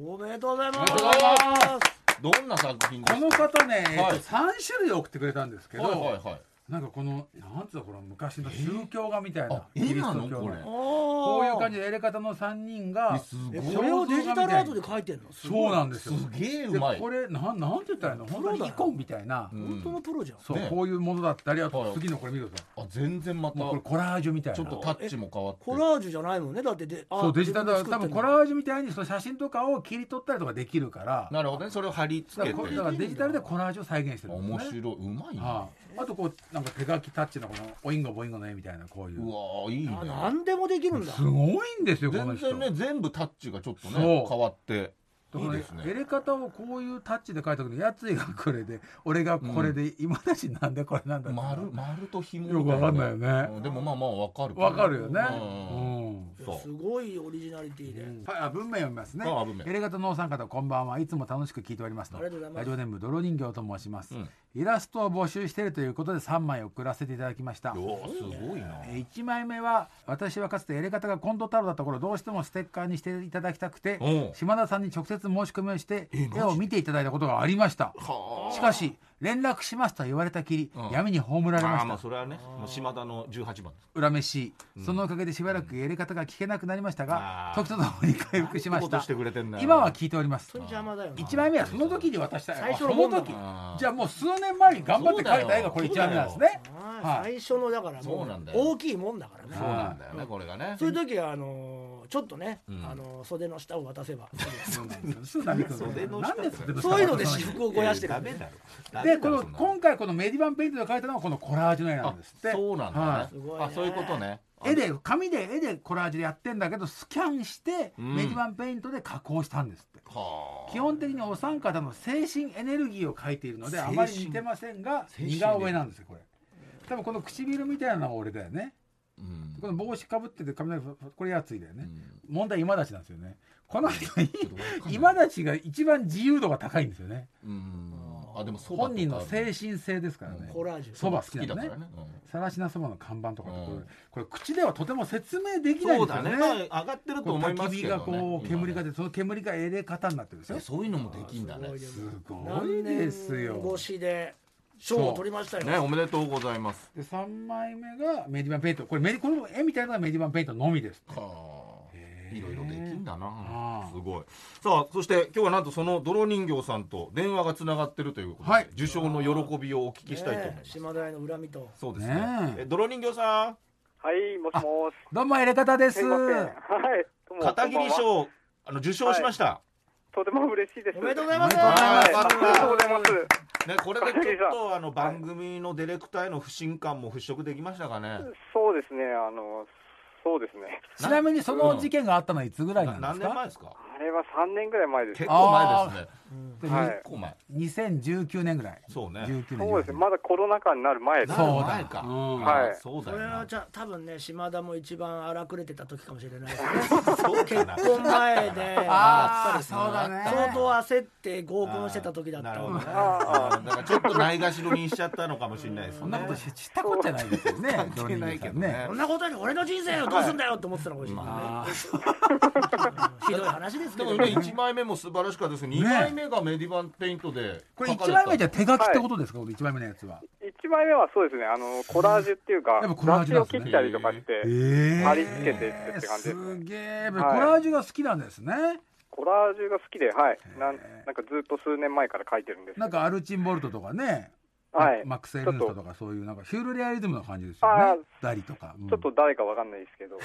Speaker 2: お
Speaker 3: おめでとうございま
Speaker 2: おめ
Speaker 3: す
Speaker 2: でとうございどんな作品です
Speaker 4: こ
Speaker 2: か
Speaker 4: の方ね、えーと
Speaker 2: はい
Speaker 4: 3種類送ってくれたんですけど、
Speaker 2: はいはいはい
Speaker 4: なんかこのなんつうのこの昔の宗教画みたい
Speaker 2: あ
Speaker 4: な、
Speaker 2: 絵なの
Speaker 4: キリスト教
Speaker 2: これ
Speaker 3: こ
Speaker 4: こういう感じでやり方の3人が
Speaker 2: す
Speaker 3: え
Speaker 2: ごい
Speaker 3: これをデジタルアートで書いてんのすごい
Speaker 4: そうなんですよ
Speaker 2: すげえう
Speaker 4: で
Speaker 2: まい
Speaker 4: これなんなんて言ったらいいの本当にイコンみたいな、
Speaker 2: ん
Speaker 3: 本当のプロじゃん、
Speaker 4: そう、
Speaker 2: ね
Speaker 4: こういうものだったりあ
Speaker 2: は
Speaker 4: と
Speaker 2: い
Speaker 4: 次のこれ見てください
Speaker 2: あ全然また
Speaker 4: もうこれコラージュみたいな
Speaker 2: ちょっとタッチも変わって
Speaker 3: コラージュじゃないもんねだってであ
Speaker 4: そうデジタルだから多
Speaker 3: 自分で作って
Speaker 4: 分
Speaker 3: んの
Speaker 4: コラージュみたいにその写真とかを切り取ったりとかできるから
Speaker 2: なるほどねそれを貼り付け
Speaker 4: だ
Speaker 2: て
Speaker 4: からこだからデジタルでコラージュを再現してるん
Speaker 2: 面
Speaker 4: です
Speaker 2: 白
Speaker 4: ね
Speaker 2: いうまいね
Speaker 4: あああとこうなんか手書きタッチのこのオインゴボインゴの絵みたいなこういうう
Speaker 2: わーいいね
Speaker 3: あ何でもできるんだ
Speaker 4: すごいんですよこ
Speaker 2: 全
Speaker 4: の人
Speaker 2: 然ね全部タッチがちょっと
Speaker 4: そ
Speaker 2: ね
Speaker 4: う
Speaker 2: 変わって
Speaker 4: だ
Speaker 2: い
Speaker 4: か
Speaker 2: い
Speaker 4: ら
Speaker 2: です
Speaker 4: や
Speaker 2: ね
Speaker 4: り方をこういうタッチで書いた時にやついがこれで俺がこれで今だしなんでこれなんだって
Speaker 2: 丸丸と紐
Speaker 4: よくわかんないよね
Speaker 2: うんでもまあまあわかる
Speaker 4: わかるよね
Speaker 2: うん
Speaker 4: うん
Speaker 2: そう
Speaker 3: すごいオリジナリティで、
Speaker 4: はい、あ文面読みますね
Speaker 2: あ文面。
Speaker 4: エレガタのお三方こんばんはいつも楽しく聞いておりますと。
Speaker 3: ありがとうございます
Speaker 4: ラジオネーム泥人形と申します、
Speaker 2: うん
Speaker 4: イラストを募集しているということで3枚送らせていただきました。
Speaker 2: おーすごいな
Speaker 4: えー1枚目は私はかつてエレガタが近藤太郎だった頃どうしてもステッカーにしていただきたくて
Speaker 2: うん
Speaker 4: 島田さんに直接申し込みをして
Speaker 2: えマジ
Speaker 4: 絵を見ていただいたことがありました
Speaker 2: は
Speaker 4: しかし連絡しますと言われたきり、
Speaker 2: うん
Speaker 4: 闇に葬られま
Speaker 2: ああ
Speaker 4: し
Speaker 2: ま
Speaker 4: た
Speaker 2: あそれはねもう島田の18番
Speaker 4: 恨めしいそのおかげでしばらくやり方が聞けなくなりましたが、
Speaker 2: あー
Speaker 4: 時とともに回復しまし
Speaker 2: こと
Speaker 4: た
Speaker 2: してくれてんな
Speaker 4: 今は聞いております
Speaker 3: 当に邪魔だよな
Speaker 4: 1枚目はその時に渡した
Speaker 3: 最初
Speaker 4: そ
Speaker 3: の
Speaker 4: の
Speaker 3: 本だ
Speaker 4: 時
Speaker 2: な
Speaker 4: じゃあもう数年前に頑張って書いた絵がこれ1枚目なんですね
Speaker 3: はい
Speaker 4: はい
Speaker 3: 最初のだからも
Speaker 2: そううなんだよ
Speaker 3: 大きいもんだからね
Speaker 2: そうなんだよねこれがね
Speaker 3: そういう時はあのーちょっとね、
Speaker 2: ん
Speaker 3: あのー袖の下を渡せば
Speaker 4: そうなんですよ
Speaker 2: 袖の
Speaker 4: な
Speaker 2: 下
Speaker 4: んで袖の下
Speaker 3: そういうので私服を肥やしてる
Speaker 2: ダ
Speaker 3: んで
Speaker 2: メだろダメ
Speaker 4: で
Speaker 2: だ
Speaker 4: こ
Speaker 2: ろ
Speaker 4: の
Speaker 2: そんな
Speaker 4: 今回このメディバンペイントで描いたのはこのコラージュの絵なんですって
Speaker 2: あそうなん
Speaker 4: は
Speaker 2: だ
Speaker 4: い
Speaker 2: ね
Speaker 3: すごいね
Speaker 2: あそういうことね
Speaker 4: 絵で紙で絵でコラージュでやってんだけどスキャンして
Speaker 2: ん
Speaker 4: メディバンペイントで加工したんですって、
Speaker 2: はあ
Speaker 4: 基本的にお三方の精神エネルギーを描いているので
Speaker 2: 精
Speaker 4: あ
Speaker 2: 神
Speaker 4: まり似てませんが
Speaker 2: 精神エネルギ
Speaker 4: 似
Speaker 2: ー
Speaker 4: 顔絵なんですよこれ多分この唇みたいなのは俺だよね
Speaker 2: うん
Speaker 4: この帽子かぶってて雷これやついだよね、問題今立ちなんですよねこの人に今立ちが一番自由度が高いんですよね
Speaker 2: うんあでもそばとか
Speaker 4: 本人の精神性ですからね
Speaker 3: コラージュ
Speaker 4: そば好き
Speaker 2: 好きだ
Speaker 4: なの
Speaker 2: か
Speaker 4: ね
Speaker 2: らね
Speaker 4: さらしなそばの看板とかってこれ,、
Speaker 2: うん
Speaker 4: これ口ではとても説明で
Speaker 2: うん
Speaker 4: きない
Speaker 2: そう
Speaker 4: んです
Speaker 2: だ
Speaker 4: よ
Speaker 2: ね
Speaker 4: ね
Speaker 2: まあ上がってると
Speaker 4: こう
Speaker 2: 思いま
Speaker 4: 焚
Speaker 2: すけ
Speaker 4: き火
Speaker 2: ど
Speaker 4: が
Speaker 2: ね
Speaker 4: こう
Speaker 2: 今ね
Speaker 4: 煙が出てその煙がエレ方になってるんですよ
Speaker 2: えそういうのもできんだね
Speaker 3: すごいよ
Speaker 4: すごい
Speaker 3: 何
Speaker 4: ですよ
Speaker 3: 年越しで賞を取りましたよ、
Speaker 2: ねおめでとうございます
Speaker 4: で3枚目がメディバンペイントこれメディこの絵みたいなのがメディバンペイントのみです
Speaker 2: はあ
Speaker 4: へえ
Speaker 2: いろいろできんだ
Speaker 4: あ
Speaker 2: な
Speaker 4: あ
Speaker 2: すごいさあそして今日はなんとその泥人形さんと電話がつながってるということで、
Speaker 4: はい
Speaker 2: 受賞の喜びをお聞きしたいと思い
Speaker 3: ね
Speaker 2: ます、
Speaker 3: 島田屋の恨みと
Speaker 2: そうです
Speaker 4: ね
Speaker 2: ね
Speaker 4: え
Speaker 2: え泥人形さん
Speaker 6: はい、もしもし。
Speaker 4: どうもエレ方です
Speaker 6: すいません。はい、どうも
Speaker 2: 片桐。
Speaker 6: こんばんは
Speaker 2: 賞あの受賞しました、
Speaker 6: とても嬉しいです。
Speaker 3: おめでとうございます
Speaker 6: はい
Speaker 2: おめ
Speaker 6: あり
Speaker 2: で
Speaker 6: が
Speaker 2: と
Speaker 6: と
Speaker 2: う
Speaker 6: う
Speaker 2: ご
Speaker 6: ございます。
Speaker 2: ね、これで
Speaker 6: 片桐
Speaker 2: ちょ
Speaker 6: さ
Speaker 2: っ
Speaker 6: ん
Speaker 2: とあの番組のディレクターへの不信感も払拭できましたかね、
Speaker 6: そうですね、あの、そうですね。
Speaker 4: ちなみにその事件があったのはいつぐらいな
Speaker 2: なん
Speaker 4: です
Speaker 2: 何年前
Speaker 4: か
Speaker 2: ですか
Speaker 6: あれは3年ぐらい前です
Speaker 2: 結。構前ですね
Speaker 4: で
Speaker 6: はい
Speaker 2: 結構前
Speaker 4: 2019年ぐらい
Speaker 2: そうね
Speaker 4: 19年
Speaker 6: そうですね、まだコロナ禍になる前です。
Speaker 4: そうだ
Speaker 2: 前か、
Speaker 4: うん
Speaker 2: あそうだ
Speaker 3: そ
Speaker 2: よ
Speaker 3: れは
Speaker 2: な
Speaker 3: じゃ多分ね島田も一番荒くれてた時かもしれないですね
Speaker 2: そうかな
Speaker 3: 結婚前で
Speaker 4: あ
Speaker 3: や
Speaker 4: あ
Speaker 3: っぱり
Speaker 4: そうだね
Speaker 3: 相当焦って合コンしてた時だった
Speaker 2: なる
Speaker 3: の
Speaker 2: ほどね
Speaker 6: あ
Speaker 2: あーだからちょっとないがしろにしちゃったのかもしれないですね
Speaker 4: そんなことししたことじゃないですよね関
Speaker 2: 係ないけどね
Speaker 3: こんなことより俺の人生をどうすんだよって思ってたのかもしれないね、
Speaker 4: あー
Speaker 3: ひどい話ですけ
Speaker 2: で
Speaker 3: ど
Speaker 2: もね、1枚目も素晴らしかったですけど、2枚目がメディバンペイントで
Speaker 4: これ1枚目じゃ
Speaker 2: 書か
Speaker 4: 手書きってことですか、この1枚目のやつは
Speaker 6: 1枚目はそうですね、あの、コラージュっていうか
Speaker 4: やっぱ、コラー
Speaker 6: 雑
Speaker 4: ジュ
Speaker 6: 誌
Speaker 4: なん
Speaker 6: を
Speaker 4: ですね
Speaker 6: 切ったりとかして、
Speaker 4: え
Speaker 6: 貼り付けていくって感じです
Speaker 4: す
Speaker 6: ね。
Speaker 4: げえ、
Speaker 6: はい
Speaker 4: コラージュが好きなんですね
Speaker 6: コラージュが好きで、はい。なんなんかずっと数年前から書いてるんですけ
Speaker 4: なん
Speaker 6: ど。
Speaker 4: かアルチンボルトとかね、
Speaker 6: はい。
Speaker 4: マックス・エ
Speaker 6: ち
Speaker 4: ル
Speaker 6: ょっ
Speaker 4: ンスト
Speaker 6: と
Speaker 4: と、かそういうなんかヒュールレアリズムの感じですよ
Speaker 6: あ
Speaker 4: ねダリとか、うん
Speaker 6: ちょっと誰かわかんないですけど。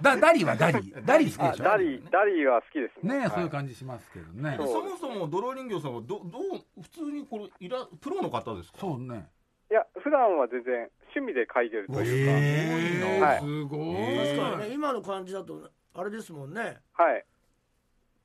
Speaker 4: だダリはダ リダリ好き
Speaker 6: あ
Speaker 4: でしょ
Speaker 6: ダリー、ダリーは好きですね。
Speaker 4: ね
Speaker 6: はい
Speaker 4: そういう感じしますけどね
Speaker 2: れた
Speaker 6: そう
Speaker 2: そもそも泥人形さんはどどう普通にこれいらプロの方ですか
Speaker 4: そうね
Speaker 6: いや、普段は全然趣味で書いてるという
Speaker 4: え
Speaker 6: はい
Speaker 4: すごい、
Speaker 3: 確かにね今の感じだとあれですもんね
Speaker 6: か、はい。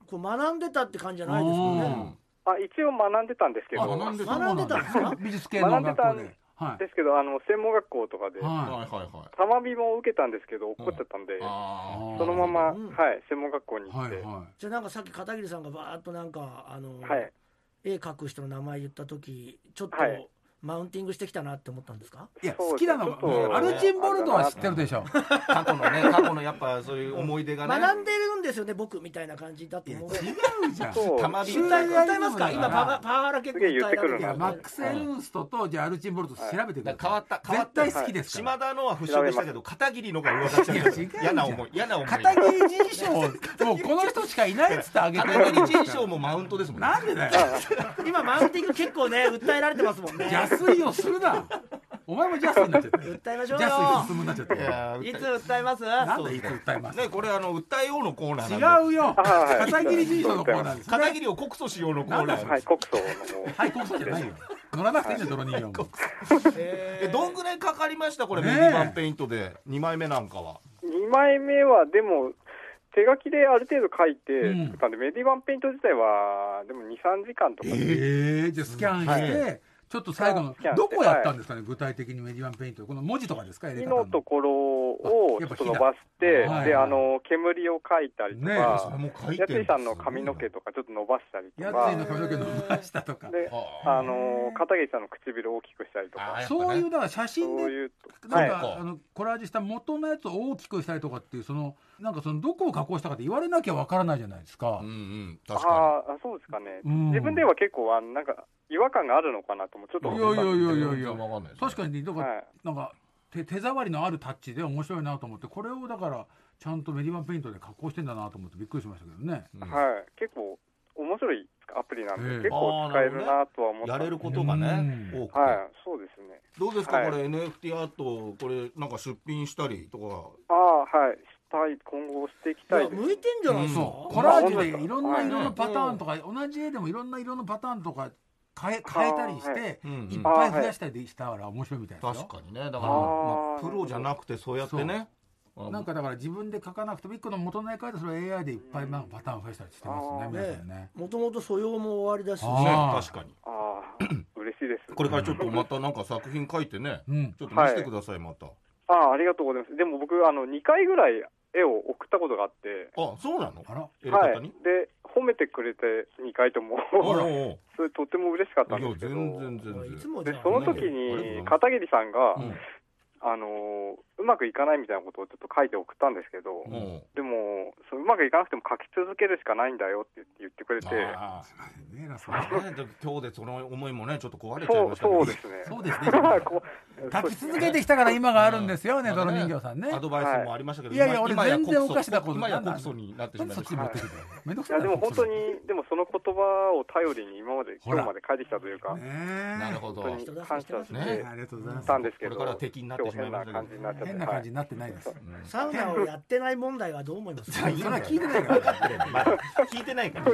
Speaker 3: こう学んでたって感じじゃないですもん
Speaker 4: う
Speaker 3: ね
Speaker 4: ん
Speaker 6: あ一応学んでたんですけ
Speaker 2: あ
Speaker 6: ど、
Speaker 2: 学んでた
Speaker 3: 学んでたんですか
Speaker 4: 美術系の学校
Speaker 6: 学んで
Speaker 4: では
Speaker 6: ですけど、あの専門学校とかで
Speaker 4: い、はい
Speaker 2: はいはいはい
Speaker 6: たまびも受けたんですけど、怒っちゃったんで、
Speaker 2: あ
Speaker 6: そのまま、
Speaker 3: うん
Speaker 6: はい、専門学校に行っ
Speaker 4: はい
Speaker 6: て、
Speaker 4: は
Speaker 3: じゃあなんかさっき片桐さんがバーっとなんかあの、
Speaker 6: はい
Speaker 3: 絵描く人の名前言った時ちょっと
Speaker 6: はい
Speaker 3: マウンティングしてきたなって思ったんですか、
Speaker 4: いいや
Speaker 6: そう
Speaker 4: 好きなの
Speaker 6: ちょっと
Speaker 4: アルチンボルトは知ってるでしょ
Speaker 2: ー過去のね過去のやっぱそういう思い出がね
Speaker 3: 学んでるんですよね僕みたいな感じだと思う歌
Speaker 4: 違うじゃん
Speaker 6: そう
Speaker 2: たまび
Speaker 4: 中
Speaker 2: 歌
Speaker 4: 大
Speaker 2: い
Speaker 4: が
Speaker 3: いますか今パワパワハラ結構歌いられてる
Speaker 4: い
Speaker 6: すげえ言ってくる
Speaker 4: や
Speaker 6: な
Speaker 4: マックス・エルンストとじゃあアルチンボルト調べてください
Speaker 2: 変わった変わった
Speaker 4: 絶対好きですから
Speaker 2: 島田のは払拭したけど片桐のが上立っちゃ
Speaker 4: いや違う
Speaker 2: っ
Speaker 4: じゃ
Speaker 2: た
Speaker 4: ん
Speaker 2: 嫌な思い嫌な思い
Speaker 4: 片桐仁賞もうこの人しかいないっつってあげて
Speaker 2: 片
Speaker 4: る
Speaker 2: 桐仁賞もマウントですもんね
Speaker 4: なんでだよ
Speaker 3: 今マウンティング結構ね訴えられてますもんね
Speaker 4: ジャスイをするなお前もジャスイになっちゃったよ
Speaker 3: 訴えまし
Speaker 4: ジ
Speaker 3: ょうよ
Speaker 4: ャスイ進むになっちゃった
Speaker 2: い
Speaker 4: よ
Speaker 2: やー歌い
Speaker 3: いつ訴えます
Speaker 4: なんでいつ 訴えます
Speaker 2: ねこれあの歌えようのコーナーなんで
Speaker 4: 違うよ
Speaker 6: はい
Speaker 4: 片桐仁賞のコーナーです
Speaker 2: 片桐を告訴しようのコーナー
Speaker 6: はい、国葬の方
Speaker 4: はい国葬じゃないよ乗らなくていいんだよ泥人形も
Speaker 2: えどんぐらいかかりましたこれ、
Speaker 4: ねえ
Speaker 2: メディバンペイントで2枚目なんかは
Speaker 6: 2枚目は、でも、手書きである程度書いて
Speaker 4: うん
Speaker 6: 作ったんで、メディバンペイント自体は、でも2、3時間とかで、
Speaker 4: ええじゃあスキャンして、ちょっと最後の
Speaker 6: スキャンして
Speaker 4: どこやったんですかね、具体的にメディバンペイントこの文字とかですかエレ
Speaker 6: 火
Speaker 4: カタ
Speaker 6: のところをちょっと伸ばして、
Speaker 4: あやっぱ火だ
Speaker 6: で
Speaker 4: はい
Speaker 6: あの煙を描いたりと
Speaker 4: ねえ
Speaker 6: か、
Speaker 2: もう書い
Speaker 6: や
Speaker 2: て
Speaker 6: ついさんの髪の毛とかちょっと伸ばしたりと
Speaker 4: や
Speaker 6: か
Speaker 4: つい、の髪の毛伸ばしたとか
Speaker 6: で
Speaker 2: あ
Speaker 6: あの片桐さんの唇を大きくしたりと
Speaker 2: あ
Speaker 6: か、
Speaker 2: ー
Speaker 4: そういうだから写
Speaker 6: そ
Speaker 4: 真
Speaker 6: う
Speaker 4: で
Speaker 6: いう、
Speaker 4: なんか、
Speaker 2: はい
Speaker 4: あのコラージュした元のやつを大きくしたりとかっていうそのなんかそのどこを加工したかって言われなきゃわからないじゃないですか、
Speaker 2: うんうん
Speaker 6: あ
Speaker 2: 確か
Speaker 6: ーあそうですかね、
Speaker 4: うん
Speaker 6: 自分では結構あのなんか違和感があるのかなともちょっと
Speaker 4: い
Speaker 6: 思
Speaker 4: や
Speaker 6: っ
Speaker 4: い
Speaker 6: た
Speaker 4: や
Speaker 6: んで
Speaker 2: 全
Speaker 4: いやいやい
Speaker 2: 然わか
Speaker 4: や
Speaker 2: んないですね
Speaker 4: 確かにだから、
Speaker 6: はい
Speaker 4: なんか手手触りのあるタッチで面白いなと思ってこれをだからちゃんとメディバンペイントで加工してんだなと思ってびっくりしましたけどね
Speaker 2: に、うん
Speaker 6: はい、結構面白いアプリなんで、
Speaker 4: ええ
Speaker 6: 結構使えるなとは思った
Speaker 2: や
Speaker 6: んで
Speaker 2: れることがね
Speaker 4: うん
Speaker 2: 多くて、
Speaker 6: はい、そうですね。
Speaker 2: どうですか、
Speaker 6: はい
Speaker 2: これ NFT アートこれなんか出品したりとか
Speaker 6: ああ、はい、したい、今後していきたいです。
Speaker 3: 向いてんじゃないですか、
Speaker 4: そうコラージュ
Speaker 6: まあ
Speaker 4: でいろんな
Speaker 6: はい
Speaker 4: 色のパターンとか、同じ絵でもいろんな色のパターンとか変え変えたりして、、
Speaker 6: はい
Speaker 2: うんうん
Speaker 4: っぱい増やしたりしたら面白いみたいですよ
Speaker 2: 確かにねだから、ま
Speaker 6: あ
Speaker 2: あ、
Speaker 6: ー
Speaker 2: プロじゃなくてそうやってねあ
Speaker 4: なんかだから自分で描かなくても一個の元の絵描いてそれを AI でいっぱいなんかパターン増やしたりしてますね、
Speaker 6: うん
Speaker 4: 皆さんね。
Speaker 3: もともと素養も終わりだし
Speaker 4: あ
Speaker 2: ね
Speaker 4: ー
Speaker 2: 確かに
Speaker 6: ああ、嬉しいです。
Speaker 2: これからちょっとまたなんか作品書いてね
Speaker 4: うん
Speaker 2: ちょっと見せてくださいまた、
Speaker 6: ああ、ありがとうございます。でも僕、あの、2回ぐらい絵を送ったことがあって、
Speaker 2: あそうなの
Speaker 4: あら
Speaker 2: やり
Speaker 6: は
Speaker 2: 方
Speaker 6: い
Speaker 2: に、。
Speaker 6: で、褒めてくれて2回とも、
Speaker 2: おう
Speaker 6: それとても嬉しかった
Speaker 2: お
Speaker 6: ん
Speaker 2: うい
Speaker 6: で
Speaker 2: や
Speaker 6: すけど、
Speaker 2: 全然全然
Speaker 3: いつもじゃ
Speaker 6: で
Speaker 3: あ
Speaker 6: その
Speaker 2: あ
Speaker 6: 時
Speaker 2: り
Speaker 6: に
Speaker 2: が
Speaker 6: 片桐さんが、
Speaker 2: うん
Speaker 6: あのーうまくいかないみたいなことをちょっと書いて送ったんですけど、
Speaker 2: うん
Speaker 6: でもそううまくいかなくても書き続けるしかないんだよって言って言ってくれて
Speaker 2: あ
Speaker 4: ねえなそれ
Speaker 2: あ、ね、で今日でその思いもねちょっと壊れちゃい
Speaker 6: そ
Speaker 2: ま
Speaker 6: う
Speaker 2: したけ
Speaker 6: そ
Speaker 2: ど
Speaker 4: そ
Speaker 6: うですね
Speaker 4: うですね。
Speaker 6: こう
Speaker 4: 書き続けてきたから今があるんですよね、
Speaker 2: うん
Speaker 4: 泥人形さんね。
Speaker 2: アドバイスもありましたけど、
Speaker 4: いやいや俺
Speaker 2: 今や
Speaker 4: 全然おかしなこと
Speaker 2: 今や
Speaker 4: なんなん
Speaker 2: 告訴になってし
Speaker 4: なん
Speaker 2: ま
Speaker 4: で
Speaker 2: い
Speaker 4: そ
Speaker 2: ました
Speaker 4: っちに持ってくるのめんどく
Speaker 6: い
Speaker 4: さい
Speaker 6: や
Speaker 4: な
Speaker 6: でも本当
Speaker 4: こ
Speaker 6: にでもその言葉を頼りに今まで
Speaker 4: ほ
Speaker 6: 今
Speaker 4: ら
Speaker 6: 日まで書いてきたというか
Speaker 4: っちねえ
Speaker 2: なるほど
Speaker 6: 本当に感謝して
Speaker 2: ね
Speaker 4: ありがとうございます
Speaker 6: たんですけ
Speaker 2: これか
Speaker 6: ど、
Speaker 2: らは
Speaker 6: 今
Speaker 2: 敵になって
Speaker 6: 日
Speaker 2: しまい
Speaker 6: 変
Speaker 2: まし
Speaker 6: な
Speaker 2: た
Speaker 6: 感じ
Speaker 2: け
Speaker 6: に
Speaker 2: ど
Speaker 6: な
Speaker 4: 変な感
Speaker 6: っちゃって、
Speaker 4: じになってないです。
Speaker 3: サウナをやってない問題はどう思いますか
Speaker 4: それは聞いてないから。
Speaker 2: まあ聞いてないから
Speaker 4: あ、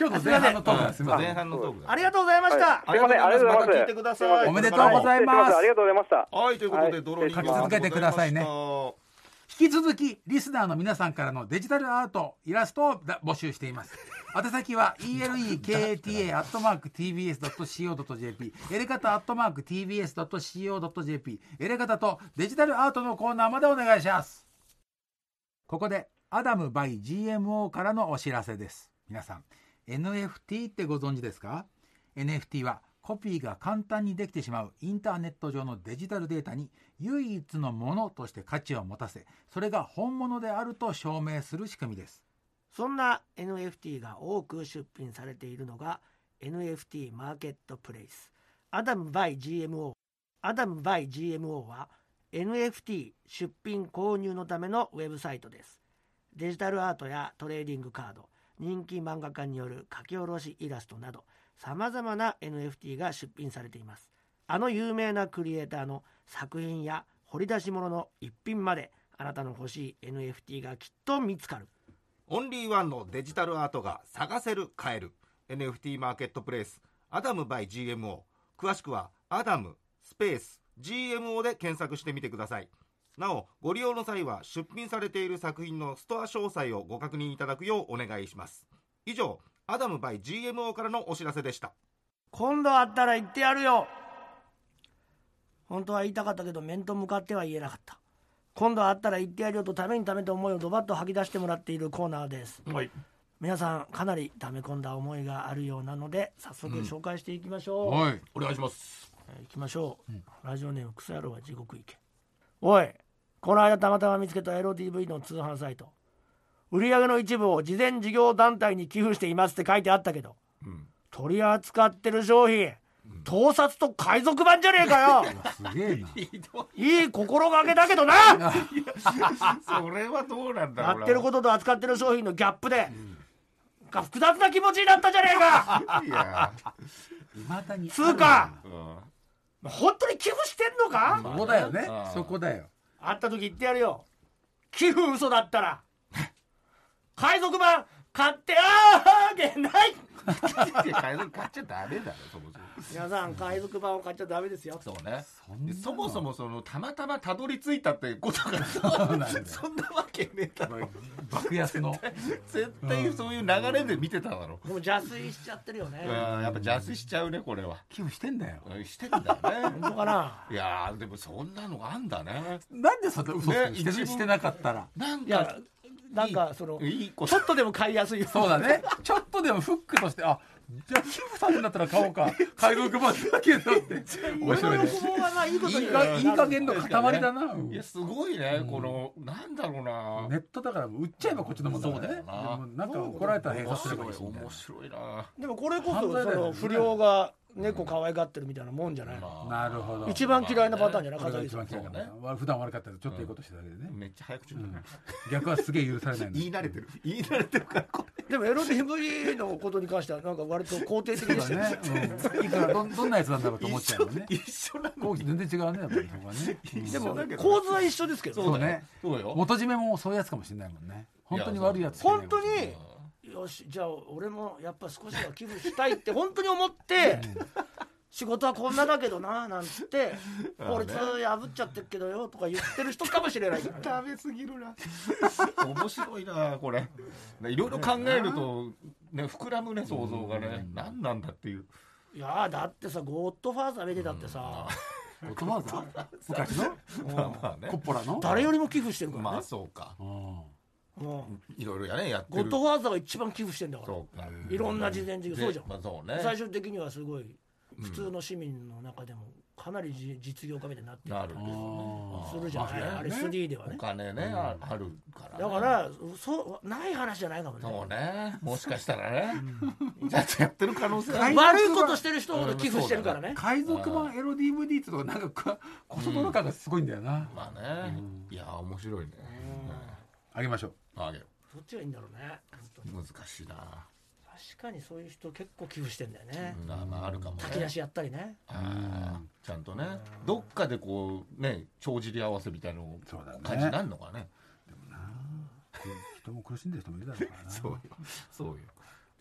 Speaker 4: 今日の前半のトークです。すみませ
Speaker 2: 前
Speaker 4: ん。
Speaker 2: 半のトークだ
Speaker 3: ありがとうございました、
Speaker 6: はいすいませんありがとうございます
Speaker 2: た聞いてください
Speaker 4: おめでとうございます
Speaker 6: 失礼しありがとうございました。
Speaker 2: はいということで、
Speaker 6: はい
Speaker 2: 泥人形
Speaker 6: 書き続
Speaker 4: けてくださいね
Speaker 2: ありがと
Speaker 4: 引き続きリスナーの皆さんからのデジタルアートイラストをだ募集しています宛先は elekata.tbs.co.jp エレカタ .tbs.co.jp エレカタとデジタルアートのコーナーまでお願いしますここでアダム by GMO からのお知らせです皆さん NFT ってご存知ですか NFT はコピーが簡単にできてしまうインターネット上のデジタルデータに唯一のものとして価値を持たせそれが本物であると証明する仕組みです
Speaker 3: そんな NFT が多く出品されているのが NFT マーケットプレイスアダム by GMO アダム by GMO は NFT 出品購入のためのウェブサイトですデジタルアートやトレーディングカード人気漫画家による書き下ろしイラストなどさまざまな NFT が出品されていますあの有名なクリエイターの作品や掘り出し物の一品まであなたの欲しい NFT がきっと見つかる
Speaker 2: うオンリーワンのデジタルアートが探せる買える NFT マーケットプレイスアダム by GMO 詳しくはアダムスペース GMO で検索してみてくださいなおご利用の際は出品されている作品のストア詳細をご確認いただくようお願いします以上アダム by GMO からのお知らせでした
Speaker 3: 今度会ったら言ってやるよ本当は言いたかったけど面と向かっては言えなかった今度会ったら言ってやるよとためにためた思いをドバッと吐き出してもらっているコーナーです
Speaker 2: はい
Speaker 3: 皆さんかなり溜め込んだ思いがあるようなので早速紹介していきましょう、
Speaker 4: はい
Speaker 2: お願いします
Speaker 3: えー行きましょう、ラジオネームクソ野郎は地獄行けおいこの間たまたま見つけた LTV の通販サイト売上の一部を事前事業団体に寄付していますって書いてあったけど、取り扱ってる商品、盗撮と海賊版じゃねえかよ
Speaker 4: すげえな
Speaker 3: いい心がけだけどな
Speaker 2: それはどうなんだ
Speaker 3: やってることと扱ってる商品のギャップで、が複雑な気持ちになったじゃねえか
Speaker 2: といや
Speaker 4: 未だにある
Speaker 3: つうか本当に寄付してんのか、
Speaker 4: そこだよね
Speaker 2: あー
Speaker 4: そこだよ
Speaker 3: 会った時言ってやるよ寄付嘘だったら海賊版買ってあげない
Speaker 2: いや海賊買っちゃダメだろそも
Speaker 3: 皆さん海賊版を買っちゃダメですよ
Speaker 2: そもそうね
Speaker 4: そんな
Speaker 2: で
Speaker 4: の
Speaker 2: そもそもそのたまたまたどり着いたってことが
Speaker 4: うなんだよ
Speaker 2: そんなわけねえだろ
Speaker 4: 爆安 の
Speaker 2: 絶対そういう流れで見てただろ
Speaker 3: でも邪推しちゃってるよね
Speaker 2: うんやっぱ邪推しちゃうねこれは
Speaker 4: 寄付してんだよ
Speaker 2: うんしてんだよね
Speaker 3: 本当かない
Speaker 2: やーでもそんなのがあんだね
Speaker 4: なんでそんな嘘つく
Speaker 2: ね
Speaker 4: して
Speaker 2: 一部
Speaker 4: るしてなかったら
Speaker 2: なん
Speaker 3: いや
Speaker 2: か
Speaker 3: なんかその
Speaker 2: いいこ
Speaker 3: ち
Speaker 2: と
Speaker 3: ょっとでも買いやすい
Speaker 4: そうだねちょっとでもフックとしてあじゃあ、キムさんになったら買おう か。買いの配ってだけどって。面白いね。
Speaker 3: ここはまあいいこと
Speaker 4: いい
Speaker 3: に
Speaker 4: かいい加減の塊だな。
Speaker 2: いやすごいね、このなんだろうな、
Speaker 4: ネットだから売っちゃえばこっちのもんだからね。
Speaker 2: そうだよな
Speaker 4: でもなんか怒られたら閉
Speaker 2: 面
Speaker 4: 鎖すれば
Speaker 2: 白
Speaker 4: いい
Speaker 2: い
Speaker 4: しみたい
Speaker 2: 面白いな
Speaker 3: でもこれこそ
Speaker 4: 犯罪
Speaker 3: そ
Speaker 4: だよ
Speaker 3: の
Speaker 4: ね
Speaker 3: 不良が猫可愛がってるみたいなもんじゃないの
Speaker 4: な。なるほど。
Speaker 3: 一番嫌いなパターンじゃない
Speaker 4: これが
Speaker 3: 片桐
Speaker 4: 一
Speaker 3: さん
Speaker 4: 番嫌いだね。わ普段悪かったらちょっといいことしてただけでね。
Speaker 2: めっちゃ早口になる、
Speaker 4: 逆はすげえ許されないの。
Speaker 2: 言い慣れてる言い慣れてるからこれ
Speaker 3: でも LDV のことに関してはなんか割と肯定的
Speaker 4: そう
Speaker 3: で
Speaker 4: だ
Speaker 3: したよ
Speaker 4: ね。うんいくらどんどんなやつなんだろうと思っちゃうもんね。
Speaker 2: 一緒なの
Speaker 4: こう全然違うねやっぱりそこはね。うん
Speaker 3: でも
Speaker 2: そうだけど
Speaker 3: 構図は一緒ですけど
Speaker 4: そうね。
Speaker 2: そうよ
Speaker 4: 元締めもそういうやつかもしれないもんね。本当に悪いやつ。
Speaker 3: 本当によしじゃあ俺もやっぱ少しは寄付したい って本当に思って仕事はこんなだけどななんつって法律破っちゃってるけどよとか言ってる人かもしれないからね
Speaker 2: 食べすぎるな面白いなこれいろいろ考えるとね膨らむね想像がね何なんだっていう
Speaker 3: いやーだってさゴッドファーザー見てたってさ
Speaker 4: ゴッドファーザー昔の
Speaker 2: まあまあ
Speaker 4: コッ
Speaker 2: ね
Speaker 4: ポラの
Speaker 3: 誰よりも寄付してるから
Speaker 2: まあ
Speaker 3: ね
Speaker 2: そうか
Speaker 4: うん
Speaker 3: うん
Speaker 2: いろいろやねやって
Speaker 3: ゴ
Speaker 2: る
Speaker 3: ッドファーザーが一番寄付してんだから
Speaker 2: そうか
Speaker 3: いろんな慈善事業そうじゃん
Speaker 2: でまあそうね
Speaker 3: 最終的にはすごい普通の市民の中でもかなりじ実業家みたいになって
Speaker 2: なるけど
Speaker 4: あ
Speaker 3: するじゃない
Speaker 2: まあ
Speaker 3: あれ 3D では
Speaker 2: お
Speaker 3: ね
Speaker 2: 金ねああるからね
Speaker 3: だからそうない話じゃないかもね
Speaker 2: そうねもしかしたらねだってやってる可能性あ
Speaker 4: は
Speaker 2: る
Speaker 4: い
Speaker 3: 悪いことしてる人ほど寄付してるからね
Speaker 4: 海賊版エロ DVD ってとかなんかこ小外の感がすごいんだよな。
Speaker 2: まあねいや面白いね
Speaker 4: あげましょう。
Speaker 2: うんあげよ
Speaker 3: そっちがいいんだろうね本当に
Speaker 2: う難しいな
Speaker 3: 確かにそういう人結構寄付してんだよね
Speaker 2: まあまああるかもね
Speaker 3: 炊き出しやったりね
Speaker 2: あーちゃんとねどっかでこうね帳尻合わせみたいなの
Speaker 4: そうだね
Speaker 2: 感じになるのかね
Speaker 4: 人も苦しんでる人もいるだろうからな。
Speaker 2: そうよそうよ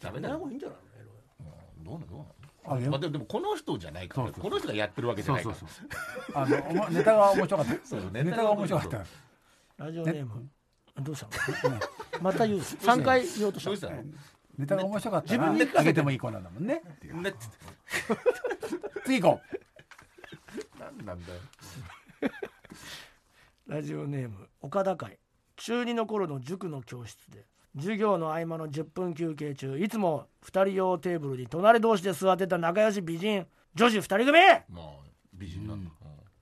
Speaker 2: ダメだ
Speaker 3: 何も
Speaker 2: よ
Speaker 3: いいんじゃないのいろい
Speaker 2: うんどうなのどう
Speaker 5: あ
Speaker 2: な
Speaker 5: げ
Speaker 2: の
Speaker 5: よ
Speaker 2: まあ
Speaker 5: う
Speaker 2: でもでもこの人じゃないから
Speaker 4: そうそう
Speaker 2: この人がやってるわけじゃ
Speaker 4: そ
Speaker 2: な
Speaker 4: う
Speaker 2: いか
Speaker 4: そう
Speaker 2: ら
Speaker 4: そう。
Speaker 5: あのおもネタが面白かった
Speaker 2: そうネ
Speaker 5: ネタが面白かった
Speaker 3: ろラジオネームどうしたのまた言う3回言おうとした
Speaker 2: どう
Speaker 3: の
Speaker 2: したの
Speaker 5: ネタが面白かったら
Speaker 3: 自分に
Speaker 5: あげてもいいコーナーだもんね
Speaker 2: ねって
Speaker 5: 次行こう
Speaker 2: 何なんだよ
Speaker 3: ラジオネーム岡田会中2の頃の塾の教室で授業の合間の10分休憩中いつも2人用テーブルに隣同士で座ってた仲良し美人女子2人組
Speaker 2: まあ美人なんだ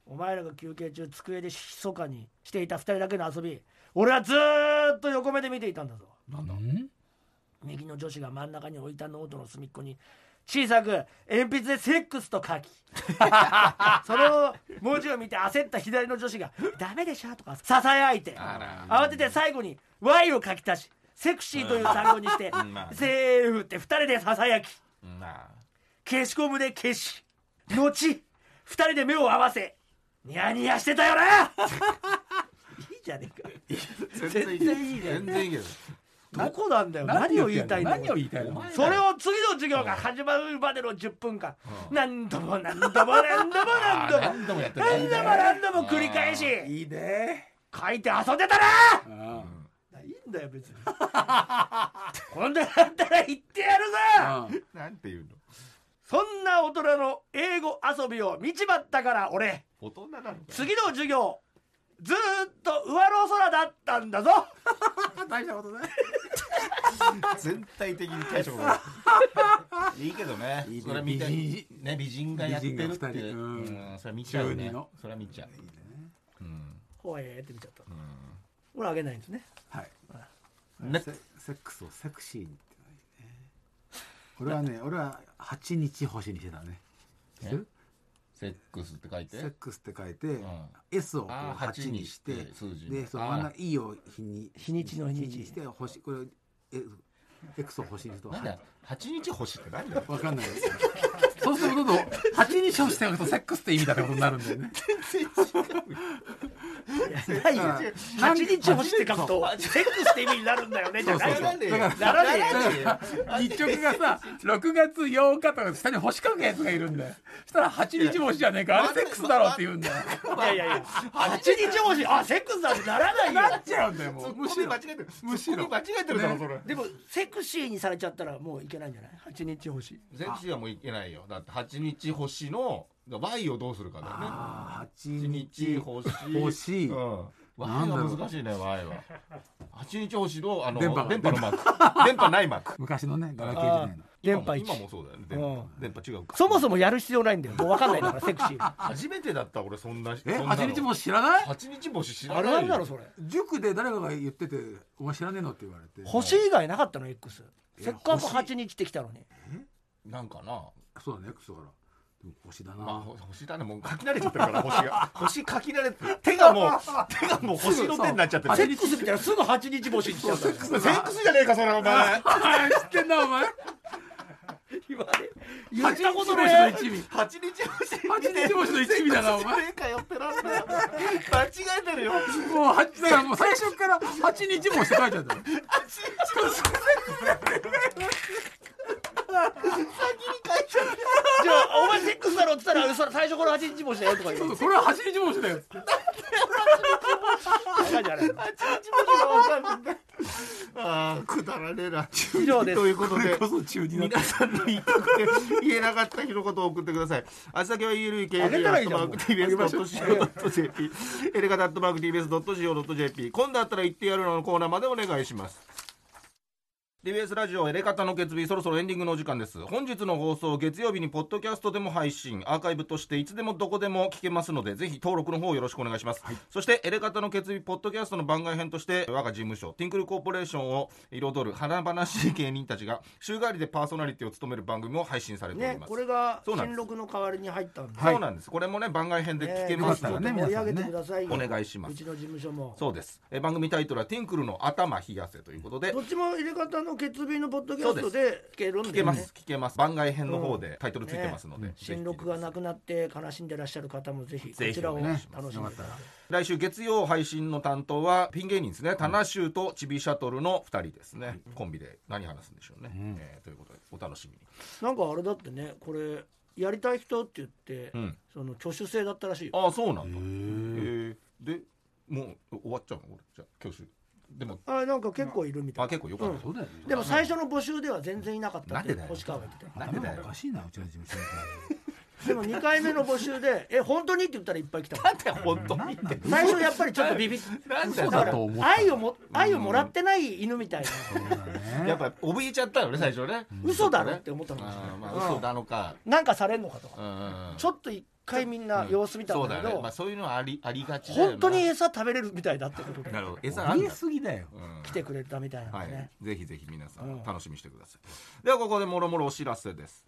Speaker 2: うん
Speaker 3: お前らが休憩中机で密かにしていた2人だけの遊び俺はずーっと横目で見ていたんだぞ
Speaker 4: うん
Speaker 3: 右の女子が真ん中に置いたノートの隅っこに小さく鉛筆で「セックス」と書きその文字を見て焦った左の女子が「ダメでしょ」とかささやいて
Speaker 2: あ
Speaker 3: 慌てて最後に「Y」を書き足し「セクシー」という単語にして
Speaker 2: んまあ
Speaker 3: 「セーフ」って2人でささやき
Speaker 2: な
Speaker 3: 消しゴムで消し後2人で目を合わせニヤニヤしてたよないいじゃねえか
Speaker 2: 全
Speaker 3: 然いい
Speaker 2: 全然いいけど
Speaker 3: どこなんだよ何を言いたいんだよ
Speaker 4: 何を言いたいの
Speaker 3: それを次の授業が始まるまでの10分間、何度も何度 も何度も何度も
Speaker 2: 何度もやってる
Speaker 3: 何度も何度も繰り返し
Speaker 4: いいね。
Speaker 3: 書いて遊んでた
Speaker 4: う。
Speaker 3: なんいいんだよ別に 今度やったら言ってやるぞ
Speaker 2: なんていうの
Speaker 3: そんな大人の英語遊びを見ちまったから俺
Speaker 2: 大人なのか
Speaker 3: 次の授業ずーっと上の空だったんだぞ
Speaker 4: 大したことない。
Speaker 2: 全体的に対処がいいけどね
Speaker 4: いいね
Speaker 2: それ見て
Speaker 4: 美人
Speaker 2: ね美人がやってるっ
Speaker 4: 美人
Speaker 2: て
Speaker 4: が二人
Speaker 2: うんそれ見ちゃう
Speaker 4: 中二
Speaker 2: ね
Speaker 4: の
Speaker 2: それ見ちゃううん
Speaker 3: ほえーって見ちゃった俺あげないんですね
Speaker 4: はい。
Speaker 2: ね
Speaker 4: セセックスをセクシーにってのはいいね。俺はね、俺は八日星にしてたね。知ってる
Speaker 2: セックスって書いて
Speaker 4: セックスって書いて、
Speaker 2: ん
Speaker 4: S をこう
Speaker 2: あー
Speaker 4: 8にして
Speaker 2: 8にして数字
Speaker 4: で
Speaker 2: の
Speaker 4: その真ん
Speaker 2: あ
Speaker 4: 中 E を日に
Speaker 3: 日にちの日にち
Speaker 4: にして星これえ X を星にすると
Speaker 2: なんだ八日星って何だよ
Speaker 4: わかんないですよ そうするとどんどん8日星してるとセックスって意味だってことになるんだよね
Speaker 3: ないよ8日星って書くとセックスって意味になるんだよねじゃない
Speaker 4: そう
Speaker 3: よ
Speaker 4: そうだ
Speaker 3: ならねえよ
Speaker 4: 日直がさ6月8日とか下に星書くやつがいるんだよそしたら8日星じゃねえかあれセックスだろって言うんだよ
Speaker 3: いやいやいや8日星あセックスだってならないよ
Speaker 4: なっちゃうんだよもう
Speaker 2: むしろ間違えてるむしろ間違えてるだろそれ
Speaker 3: でもセクシーにされちゃったらもういけないんじゃない8日星
Speaker 2: セクシーはもういけないよだって八日星の Y をどうするかだよね
Speaker 4: あ
Speaker 2: 一
Speaker 4: 8
Speaker 2: 日
Speaker 4: 日
Speaker 2: 星
Speaker 4: 星
Speaker 2: うん、
Speaker 4: な
Speaker 2: わ
Speaker 4: んだろ
Speaker 2: が
Speaker 4: う
Speaker 2: 難しいねわいは八日星のあの
Speaker 4: 電波が
Speaker 2: 電波のマーク電波ないマーク
Speaker 4: 昔のねガラケー時代の
Speaker 3: 電波一
Speaker 5: 今も今もそうだよね電波,、
Speaker 3: うん
Speaker 5: 電波違うか
Speaker 3: そもそ
Speaker 5: も
Speaker 3: もやる必要ないんだよもう分かんないんだからセクシー
Speaker 5: 初めてだった俺そんな
Speaker 4: え
Speaker 5: そんなの
Speaker 4: 八日も知らない
Speaker 5: 八日星知
Speaker 3: あ
Speaker 5: らない
Speaker 3: る
Speaker 5: よ
Speaker 3: あるだろそれ
Speaker 4: 塾で誰かが言ってて「お前知らねえの?」って言われて
Speaker 3: 星以外なかったの X せっかく
Speaker 4: 星
Speaker 3: 8日ってきたのに
Speaker 5: なんかな
Speaker 4: そうだね X だからでも 星だな、
Speaker 5: まあほ星だねもう書き慣れちゃってるから星が星書き慣れて手がもう手がもう星の手になっちゃってる
Speaker 4: あ
Speaker 5: セ
Speaker 3: セ
Speaker 5: ッ
Speaker 3: ックスみたいなすぐ8日星にしちゃったから
Speaker 5: クスセックスじゃねえかそれお前
Speaker 4: あ知ってんなお前
Speaker 3: 言われ言ったことね
Speaker 4: 八
Speaker 3: え
Speaker 4: 日星の一味
Speaker 5: 八日星
Speaker 4: 八日星の一味だなお前
Speaker 5: かよってなんだよ間違えてるよ
Speaker 4: もうはだからもう最初から八日もして書いてあったの
Speaker 3: じゃあお前セックスだろって言ったらそれ最初から8日星だよとか言
Speaker 4: そううこれは八日もしてだよ
Speaker 3: バカじゃない
Speaker 5: ああくだらねえな
Speaker 3: 以上です
Speaker 5: という こと
Speaker 4: これ
Speaker 5: で
Speaker 4: こそ中二だった
Speaker 5: 皆さんの言いたくて言えなかった一言を送ってください。あ先はゆるい経
Speaker 3: あげ
Speaker 5: 営
Speaker 3: た
Speaker 5: ア
Speaker 3: ら
Speaker 5: ッ
Speaker 3: いい
Speaker 5: ト
Speaker 3: じゃん
Speaker 5: マーク TBS.CO.JP エレガタットマーク TBS.CO.JP 今度あったら言ってやるののコーナーまでお願いします。TBS ラジオエレカタの決意そろそろエンディングのお時間です本日の放送月曜日にポッドキャストでも配信アーカイブとしていつでもどこでも聞けますのでぜひ登録の方よろしくお願いします、そしてエレカタの決意ポッドキャストの番外編として我が事務所ティンクルコーポレーションを彩る華々しい芸人たちが週替わりでパーソナリティを務める番組を配信されており
Speaker 3: ね
Speaker 5: ます、
Speaker 3: これが
Speaker 5: そうなんで
Speaker 3: 新
Speaker 5: す
Speaker 3: 録の代わりに入ったんで
Speaker 5: そうなんですこれもね番外編で聞けます
Speaker 2: ね
Speaker 5: の
Speaker 2: よか
Speaker 5: で、
Speaker 2: ったらね
Speaker 3: 盛り上げてくださいよ
Speaker 5: お願いします
Speaker 3: うちの事務所も
Speaker 5: そうですえ番組タイトルは「ティンクルの頭冷やせ」ということで
Speaker 3: どっちも入れ方の決備のポッドキャストで聞けるんで
Speaker 5: 聞けま
Speaker 3: ね
Speaker 5: す聞けます番外編の方でタイトルついてますので、ぜひ
Speaker 3: 新録がなくなって悲しんでらっしゃる方もぜひこ
Speaker 5: ぜひ
Speaker 3: ちらを
Speaker 5: お願
Speaker 3: 楽
Speaker 5: い
Speaker 3: し
Speaker 5: し
Speaker 3: みに
Speaker 4: よかったら
Speaker 5: 来週月曜配信の担当はピン芸人ですね、タナシューとチビシャトルの2人ですね、コンビで何話すんでしょうね、えーということでお楽しみに
Speaker 3: なんかあれだってねこれやりたい人って言って、
Speaker 5: うん
Speaker 3: その挙手制だったらしいよ
Speaker 5: ああそうなんだへえでもう終わっちゃうの俺じゃあ教習でも
Speaker 3: あなんか結構いるみた
Speaker 5: あ
Speaker 3: い
Speaker 5: 結構よかった、
Speaker 4: そうだよね
Speaker 3: でも最初の募集では全然いなかったっ
Speaker 5: な
Speaker 3: て
Speaker 5: んでだよ
Speaker 3: 星川が言ってた
Speaker 5: なんでだよ
Speaker 4: 頭おかしいなうちの事務所
Speaker 3: でも2回目の募集で「え本当に?」って言ったらいっぱい来た
Speaker 5: なんだよ本当にって
Speaker 3: 最初やっぱりちょっとビビって
Speaker 5: なんだ
Speaker 4: 嘘
Speaker 5: よ
Speaker 4: だ
Speaker 5: だ
Speaker 4: と
Speaker 5: か
Speaker 4: 思った
Speaker 3: 愛をも愛をもらってない犬みたい
Speaker 5: らやっぱ怯えちゃったよね最初ね、
Speaker 3: な嘘だろって思ったのかもしれな
Speaker 5: あ
Speaker 3: い
Speaker 5: ーまあ嘘なのか、
Speaker 3: いなんかされんのかと
Speaker 5: う
Speaker 3: か
Speaker 5: んうんうん
Speaker 3: ちょっと一回みんな様子見たんだけ
Speaker 5: そう
Speaker 3: ど
Speaker 5: ねまあ、そういうのはありありがちだよな
Speaker 3: 本当に餌食べれるみたいだってことで
Speaker 5: なるほど餌
Speaker 2: あ
Speaker 5: あんだ
Speaker 2: りえすぎだよ。
Speaker 5: うん
Speaker 3: 来てくれたみたいな
Speaker 5: は
Speaker 3: ん
Speaker 5: い、
Speaker 3: でね
Speaker 5: ぜひぜひ皆さ
Speaker 3: うんん
Speaker 5: 楽しみにしてください、ではここでもろもろお知らせです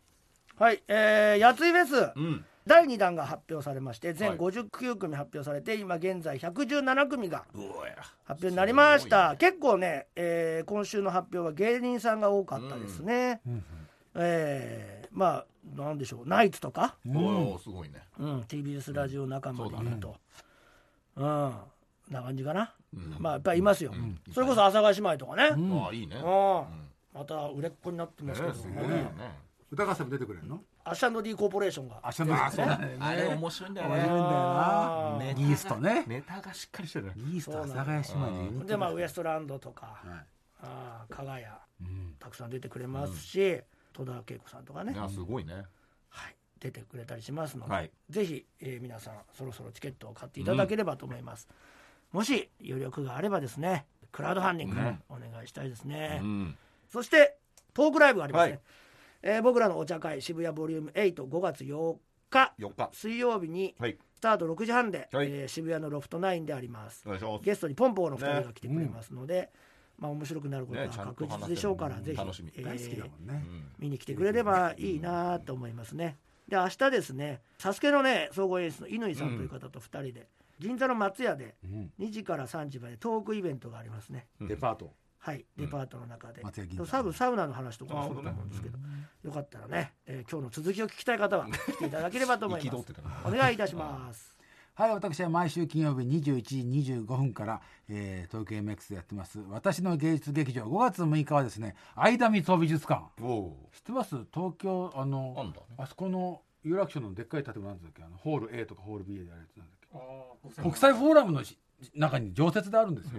Speaker 3: はい、えー、やついフェス
Speaker 5: うん
Speaker 3: 第2弾が発表されまして全
Speaker 5: はい
Speaker 3: 59組発表されて今現在117組が
Speaker 5: うおや
Speaker 3: 発表になりました、結構ね、えー今週の発表は芸人さんが多かったですね、えーまあなんでしょうナイツとか、
Speaker 5: おおすごいね
Speaker 3: うん、TBS ラジオ仲間でいうとうんな感じかな、まあやっぱりいますよ、それこそ阿佐ヶ谷姉妹とかね、うん
Speaker 5: ああいいね
Speaker 3: また売れっ子になってますけ
Speaker 5: ね
Speaker 3: ど
Speaker 5: す
Speaker 3: ね
Speaker 5: ごいよね
Speaker 4: 歌合戦も出てくれるの
Speaker 3: アシャノディコーポレーションが
Speaker 4: 明日のそうだね
Speaker 5: あれ面白いんだよ
Speaker 4: 面白いんだよ
Speaker 3: あ
Speaker 4: な
Speaker 5: ー
Speaker 4: ギーストね
Speaker 5: ネタがしっかりしてる
Speaker 4: ギースト阿佐ヶ谷姉妹のユニット
Speaker 3: でまあウエストランドとか、
Speaker 4: はい
Speaker 3: ああ加賀谷たくさん出てくれますし、戸田恵子さんとかね、
Speaker 5: あすごいね
Speaker 3: はい、出てくれたりしますので、
Speaker 5: はい
Speaker 3: ぜひ、えー皆さんそろそろチケットを買っていただければと思います、もし余力があればですねクラウドファンディング、
Speaker 5: ね
Speaker 3: お願いしたいですね、
Speaker 5: うん
Speaker 3: そしてトークライブがありますね、
Speaker 5: はい
Speaker 3: えー僕らのお茶会渋谷ボリューム85月8日
Speaker 5: 4日
Speaker 3: 水曜日に
Speaker 5: はい
Speaker 3: スタート6時半で、
Speaker 5: はい
Speaker 3: えー渋谷のロフト9であります
Speaker 5: お願いします
Speaker 3: ゲストにポンポーの2人が来てくれますので、まあ面白くなることは
Speaker 5: ねちゃん
Speaker 3: 確
Speaker 5: と話せる
Speaker 3: 実でしょうから、ぜひ、
Speaker 5: 楽しみ
Speaker 3: えー
Speaker 4: 大好きだもんね
Speaker 3: 見に来てくれればいいなと思いますね。で明日ですね「サスケのね総合演出の乾さんという方と2人で、銀座の松屋で
Speaker 4: うん
Speaker 3: 2時から3時までトークイベントがありますね。
Speaker 4: デパート
Speaker 3: はい、デパートの中で、
Speaker 4: 松屋銀座
Speaker 3: 多分サウナの話とかも
Speaker 5: あ
Speaker 3: そ
Speaker 5: そうう
Speaker 3: だ
Speaker 5: だ
Speaker 3: と
Speaker 5: ね
Speaker 3: 思うんですけど、よかったらね、えー今日の続きを聞きたい方は来ていただければと思 い
Speaker 5: 憤
Speaker 3: ま
Speaker 5: っ
Speaker 3: す
Speaker 5: てたね。
Speaker 3: お願いいたします。
Speaker 4: はい、私は毎週金曜日21時25分から、えー、東京 MX でやってます。私の芸術劇場、5月6日はですね、相田光夫美術館。
Speaker 5: おお
Speaker 4: 知ってます東京、あの、
Speaker 5: なんだね
Speaker 4: あそこの有楽町のでっかい建物なんだっけあのホール A とかホール B でやるやつなんだっけ国際フォーラムのし中に常設であるんです
Speaker 5: へ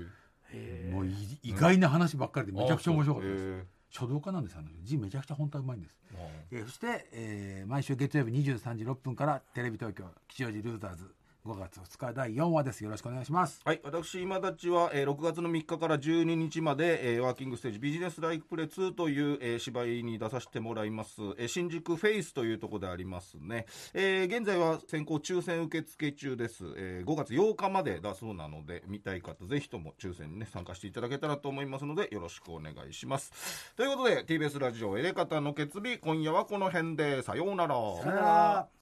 Speaker 4: よ。
Speaker 5: え
Speaker 4: もうい意外な話ばっかりでめちゃくちゃ面白かったです。
Speaker 5: へ
Speaker 4: 書道家なんですよ、あの人字めちゃくちゃ本当はうまいんです。
Speaker 5: え
Speaker 4: えーそして、えー毎週月曜日23時6分からテレビ東京吉祥寺ルーザーズ5月2日第4話ですよろしくお願いします
Speaker 2: はい、私、今立ちは、えー6月の3日から12日まで、えーワーキングステージビジネスライクプレ2という、えー芝居に出させてもらいます、えー新宿フェイスというところでありますね。えー現在は先行抽選受付中です、えー5月8日までだそうなので、見たい方、ぜひとも抽選に、ね、参加していただけたらと思いますので、よろしくお願いします。ということで、TBS ラジオ、エレカタの決日、今夜はこの辺で、さようなら。
Speaker 4: さよなら